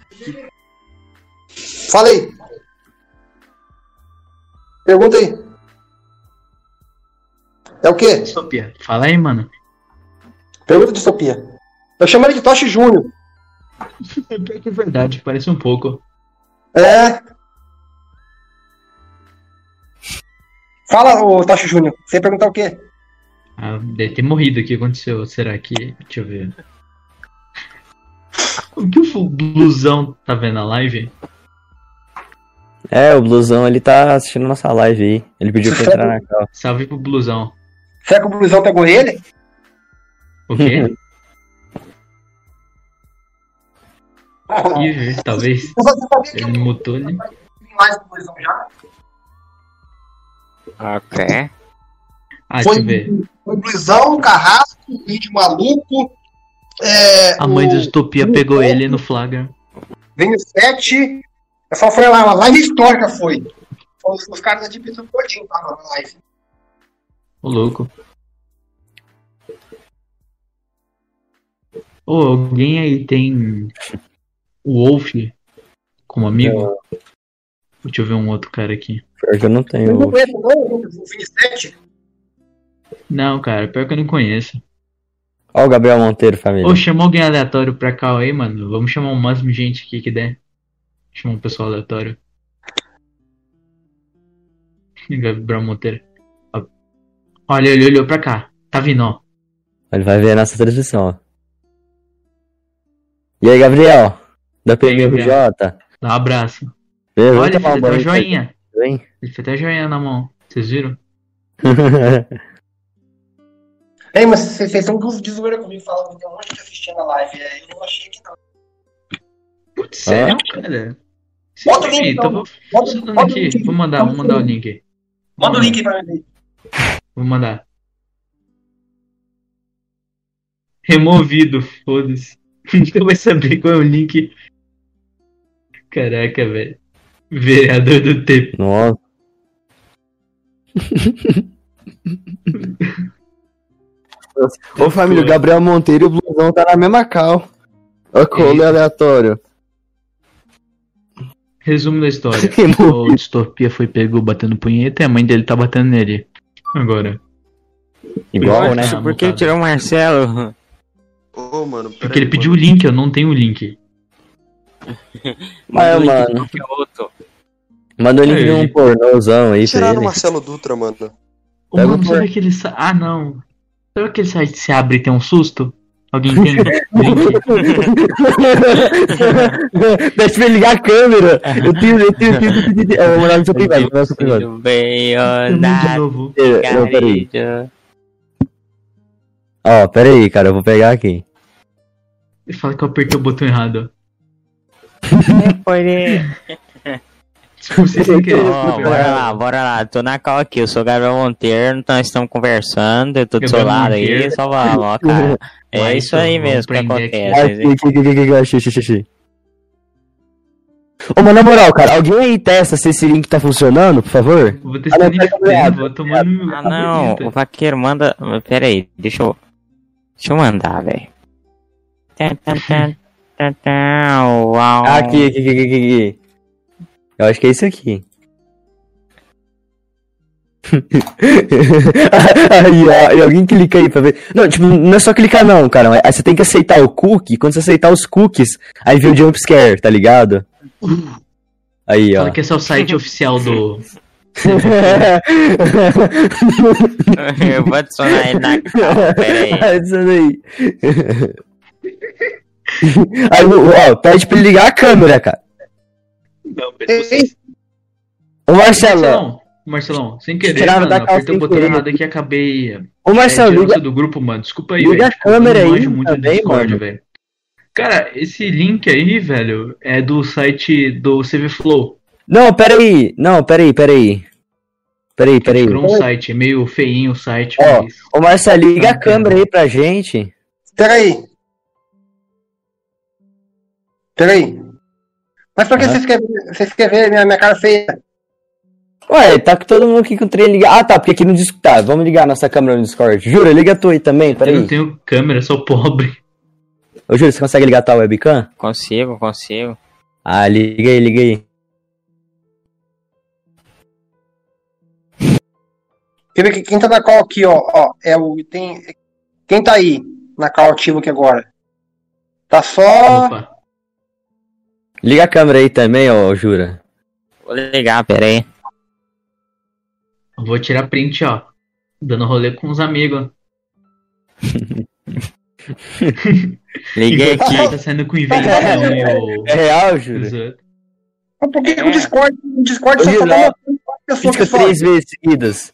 Fala aí. Pergunta aí. É o quê?
Distopia. Fala aí, mano.
Pergunta de distopia. Eu chamo ele de Toshi Júnior.
É pior que é verdade, parece um pouco.
É. Fala, ô Toshi Júnior. Você ia perguntar o quê?
Ah, deve ter morrido o que aconteceu. Será que. Deixa eu ver. O que o blusão tá vendo na live?
É, o blusão, ele tá assistindo nossa live aí. Ele pediu pra entrar na cal.
Salve pro blusão.
Será que o Blusão pegou ele?
O quê? Ih, talvez.
Você sabia É que eu
Ele mutou, né?
tenho mais do Blusão já?
Ok.
Ah, deixa
Foi
eu ver.
o Blusão, o Carrasco, o Índio Maluco, é,
A mãe da
o
distopia pegou ele no flagra.
Venho 7. É só foi lá, uma live histórica foi. Os, os caras da Deep Blue todinho estavam na live.
Ô louco. Ô, alguém aí tem o Wolf como amigo? Deixa eu ver um outro cara aqui.
Pior que eu não tenho.
Não conheço não, o Venho 7.
Não, cara, pior que eu não conheço.
Ó o Gabriel Monteiro, família.
Ô, chama alguém aleatório pra cá aí, mano. Vamos chamar o máximo de gente aqui que der. Chama um pessoal aleatório. Gabriel Monteiro. Ó. Olha, ele olhou pra cá. Tá vindo, ó.
Ele vai ver nossa transmissão, ó. E aí, Gabriel? Da
aí, Gabriel?
PMJ?
Dá um abraço.
Beleza,
Olha, ele
tomar
fez até
um
um
banho,
joinha.
hein?
Ele fez até joinha na mão. Vocês viram?
Ei, mas vocês vocês são de zoeira comigo falando que tem um monte de assistindo a live. é, Eu não achei que não.
Putz, é?
sério,
cara?
Bota o link, então. Bota,
Vou,
bota o
aqui.
link.
vou mandar, vou mandar o link.
Manda o link aí pra mim.
Vou mandar. Removido, foda-se. Então vai saber qual é o link. Caraca, velho. Vereador do TP.
Nossa. Ô família, o Gabriel Monteiro e o Blusão tá na mesma cal. Ó, colo
Eita.
é aleatório.
Resumo da história. o Distopia foi pego batendo punheta e a mãe dele tá batendo nele. Agora.
Igual,
Nossa.
né?
Nossa, por que
multado.
tirou o Marcelo?
Ô, mano. peraí,
Porque É ele pediu o
mano.
link, eu não tenho o link.
Mas,
Mandou
mano.
link pro é outro.
Mandou ele
Aí.
vir um pornôzão aí pra
Tiraram
ele.
o Marcelo Dutra, mano.
Ô,
Pega
mano,
o
sabe aquele site. Ah, não. Sabe aquele site que se abre e tem um susto? Alguém tem um link?
Deixa eu ligar a câmera. Eu tenho, eu tenho, eu tenho. Eu, tenho- eu vou mandar no seu privado, vou mandar no seu privado.
Tudo bem,
Tem um link de
andar.
novo.
Eu- eu- Peraí.
Carinho.
Ó, peraí, cara, eu vou pegar aqui.
E fala que eu apertei o botão errado.
Olha.
Desculpa, vocês sem querer.
Ó,
desculpa.
bora lá, bora lá. Tô na call aqui, eu sou o Gabriel Monteiro, então estamos conversando, eu tô do seu
Gabriel
lado aí,
Monteiro.
só vamos, ó, cara. É
Vai,
isso
então,
aí
vamos
mesmo que
prender aqui.
Ah,
acontece.
que, que, que, que, que, achei, achei, achei. Ô, mas na moral, cara, alguém aí testa se esse link tá funcionando, por favor?
Vou testar
Ah, não,
nem
pega o errado.
vou tomar no meu.
Ah, não, o vaqueiro manda. Pera aí, deixa eu. Deixa eu mandar, velho. Tan, tan, tan, tan, tan, Uau.
Ah, aqui, aqui, aqui, aqui, aqui, aqui. Eu acho que é isso aqui. aí, ó, e alguém clica aí pra ver. Não, tipo, não é só clicar não, cara. Aí você tem que aceitar o cookie. Quando você aceitar os cookies, aí vem o jumpscare, tá ligado? Aí, ó.
Fala que esse é assim, o site oficial do. né?
Eu vou adicionar ele na cara, peraí.
É,
Adiciona aí. Aí, ó, pede pra ele ligar a câmera, cara.
Não,
Ei,
Ô, Marcelo.
Marcelão, Marcelão, sem querer,
Tiraram
mano,
da calça
apertei o
sem
botão
querer.
errado aqui e acabei é,
Ô, Marcelo,
tirando
liga,
você do grupo, mano. Desculpa aí,
liga
velho.
a
Desculpa, eu
câmera
não
aí
manjo muito do
também, mano.
velho. Cara, esse link aí, velho, é do site do CV Flow.
Não, peraí. Não, peraí, peraí. Peraí, peraí.
Criou um site, é meio feinho o site,
Ó.
mas.
Ô, Marcelo, liga a
Não, cara.
câmera aí pra gente.
Peraí. Peraí. Mas por que
Ah.
vocês querem, vocês querem ver minha, minha cara feia?
Ué, tá com todo mundo aqui com o trem ligado. Ah, tá, porque aqui no Discord. Tá, vamos ligar a nossa câmera no Discord. Jura, liga a tua aí também,
Eu não
peraí.
tenho câmera, sou pobre.
Ô, Júlio, você consegue ligar a tua webcam?
Consigo, consigo.
Ah, liga aí, liga aí.
Quer ver que quem tá na call aqui, ó, ó, é o tem quem tá aí na call ativa aqui agora. Tá só
Opa.
Liga a câmera aí também, ô, Jura.
Vou ligar, peraí.
Vou tirar print, ó. Dando rolê com os amigos.
Liguei
Enquanto
aqui.
você tá saindo com inveja, né? o-
É real, Júlio?
os outros.
Mas por que que o Discord, o
É.
Discord
Ô,
só
Júlio,
falou
ó,
uma pessoa que
Fica
só,
três vezes seguidas.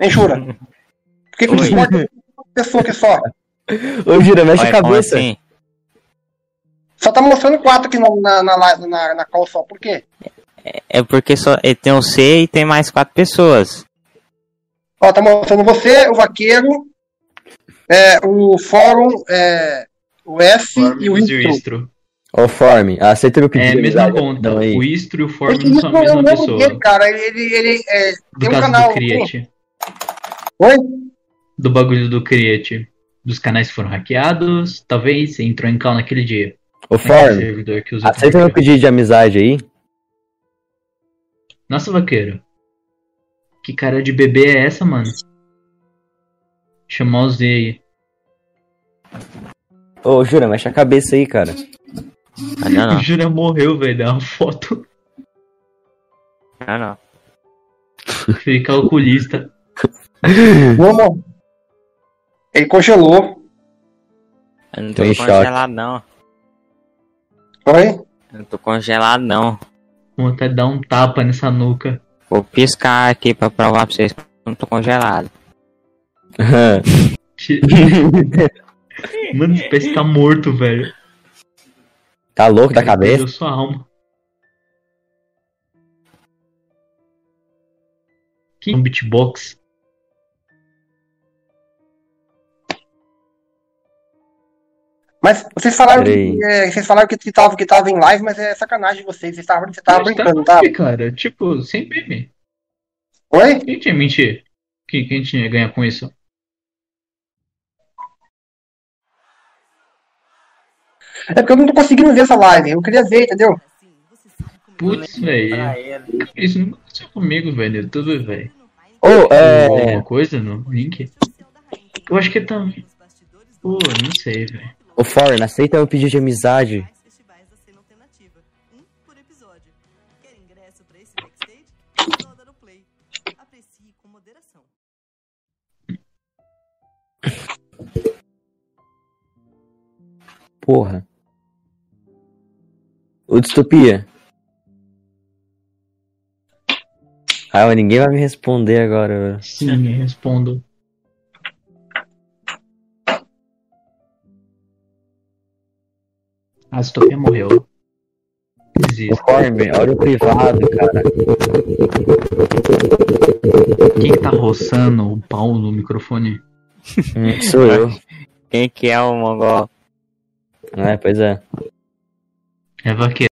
hein, Jura? Por que, que o
Oi.
Discord é uma pessoa que só?
Ô, Jura, mexe
Ué,
a
como
cabeça.
assim?
Só tá mostrando quatro aqui na, na, na, live- na, na call só, por quê?
É porque só ele tem um C e tem mais quatro pessoas.
Ó, tá mostrando você, o Vaqueiro, é, o Fórum, é, o S e o
Forms e o
Intro.
Istro.
Ô, Form, aceita meu
É
pedido.
a mesma
amizade,
conta.
então, aí.
O Istro e o Form
Esse
não um são a
Intro é
mesma
o nome
pessoa.
dele, cara. Ele, ele é,
Do
tem um
caso
canal.
do
não tem?
Create.
Oi?
Do bagulho do Create. Dos canais que foram hackeados. Talvez você entrou em cal naquele dia.
Ô,
Naquele
Form,
servidor que usa
aceita meu pedido de amizade aí.
Nossa, vaqueiro. Que cara de bebê é essa, mano? Chamar o Z aí.
Ô, Jura, mexe a cabeça aí, cara.
Ah, não,
O
não,
Júlia morreu, velho. Dá uma foto.
não, não.
Fui calculista.
Não. Ele congelou.
Eu não tô
Tô em
congelado, não.
Oi?
Eu não tô congelado, não.
Vou até dar um tapa nessa nuca.
Vou piscar aqui pra provar pra vocês que eu não tô congelado.
Ti- Mano, esse peixe tá morto, velho.
tá louco da cabeça?
Perdeu sua alma. Que um beatbox.
Mas vocês falaram,
Peraí.
que, é, vocês falaram que, que, tava, que tava em live, mas é sacanagem de vocês. Vocês estavam você tava
Mas
brincando, não
tá
tava?
bem, cara. Tipo, sem meme.
Oi?
Quem tinha mentir? Quem, quem tinha ganhar com isso?
É porque eu não tô conseguindo ver essa live. Eu queria ver, entendeu?
Assim, é
Putz, velho. Isso não aconteceu comigo, velho.
é.
Tudo, velho.
Ô, é.
Alguma coisa no link?
é então
Eu acho que é também. Pô, não sei, velho.
Ô, Form, aceita meu pedido de amizade.
festivais da cena alternativa, um por episódio. Quer ingresso para esse backstage? Só dar o play. Aprecie com moderação.
Porra. Ô, Distopia. Ah, mas ninguém vai me responder agora, velho.
Sim, eu respondo. A Stopia morreu.
Ô,
Existe.
Form, olha o privado, cara.
Quem que tá roçando o pau no microfone?
Hum, Sou eu.
Quem que é o mongol?
É, pois é.
É vaqueiro.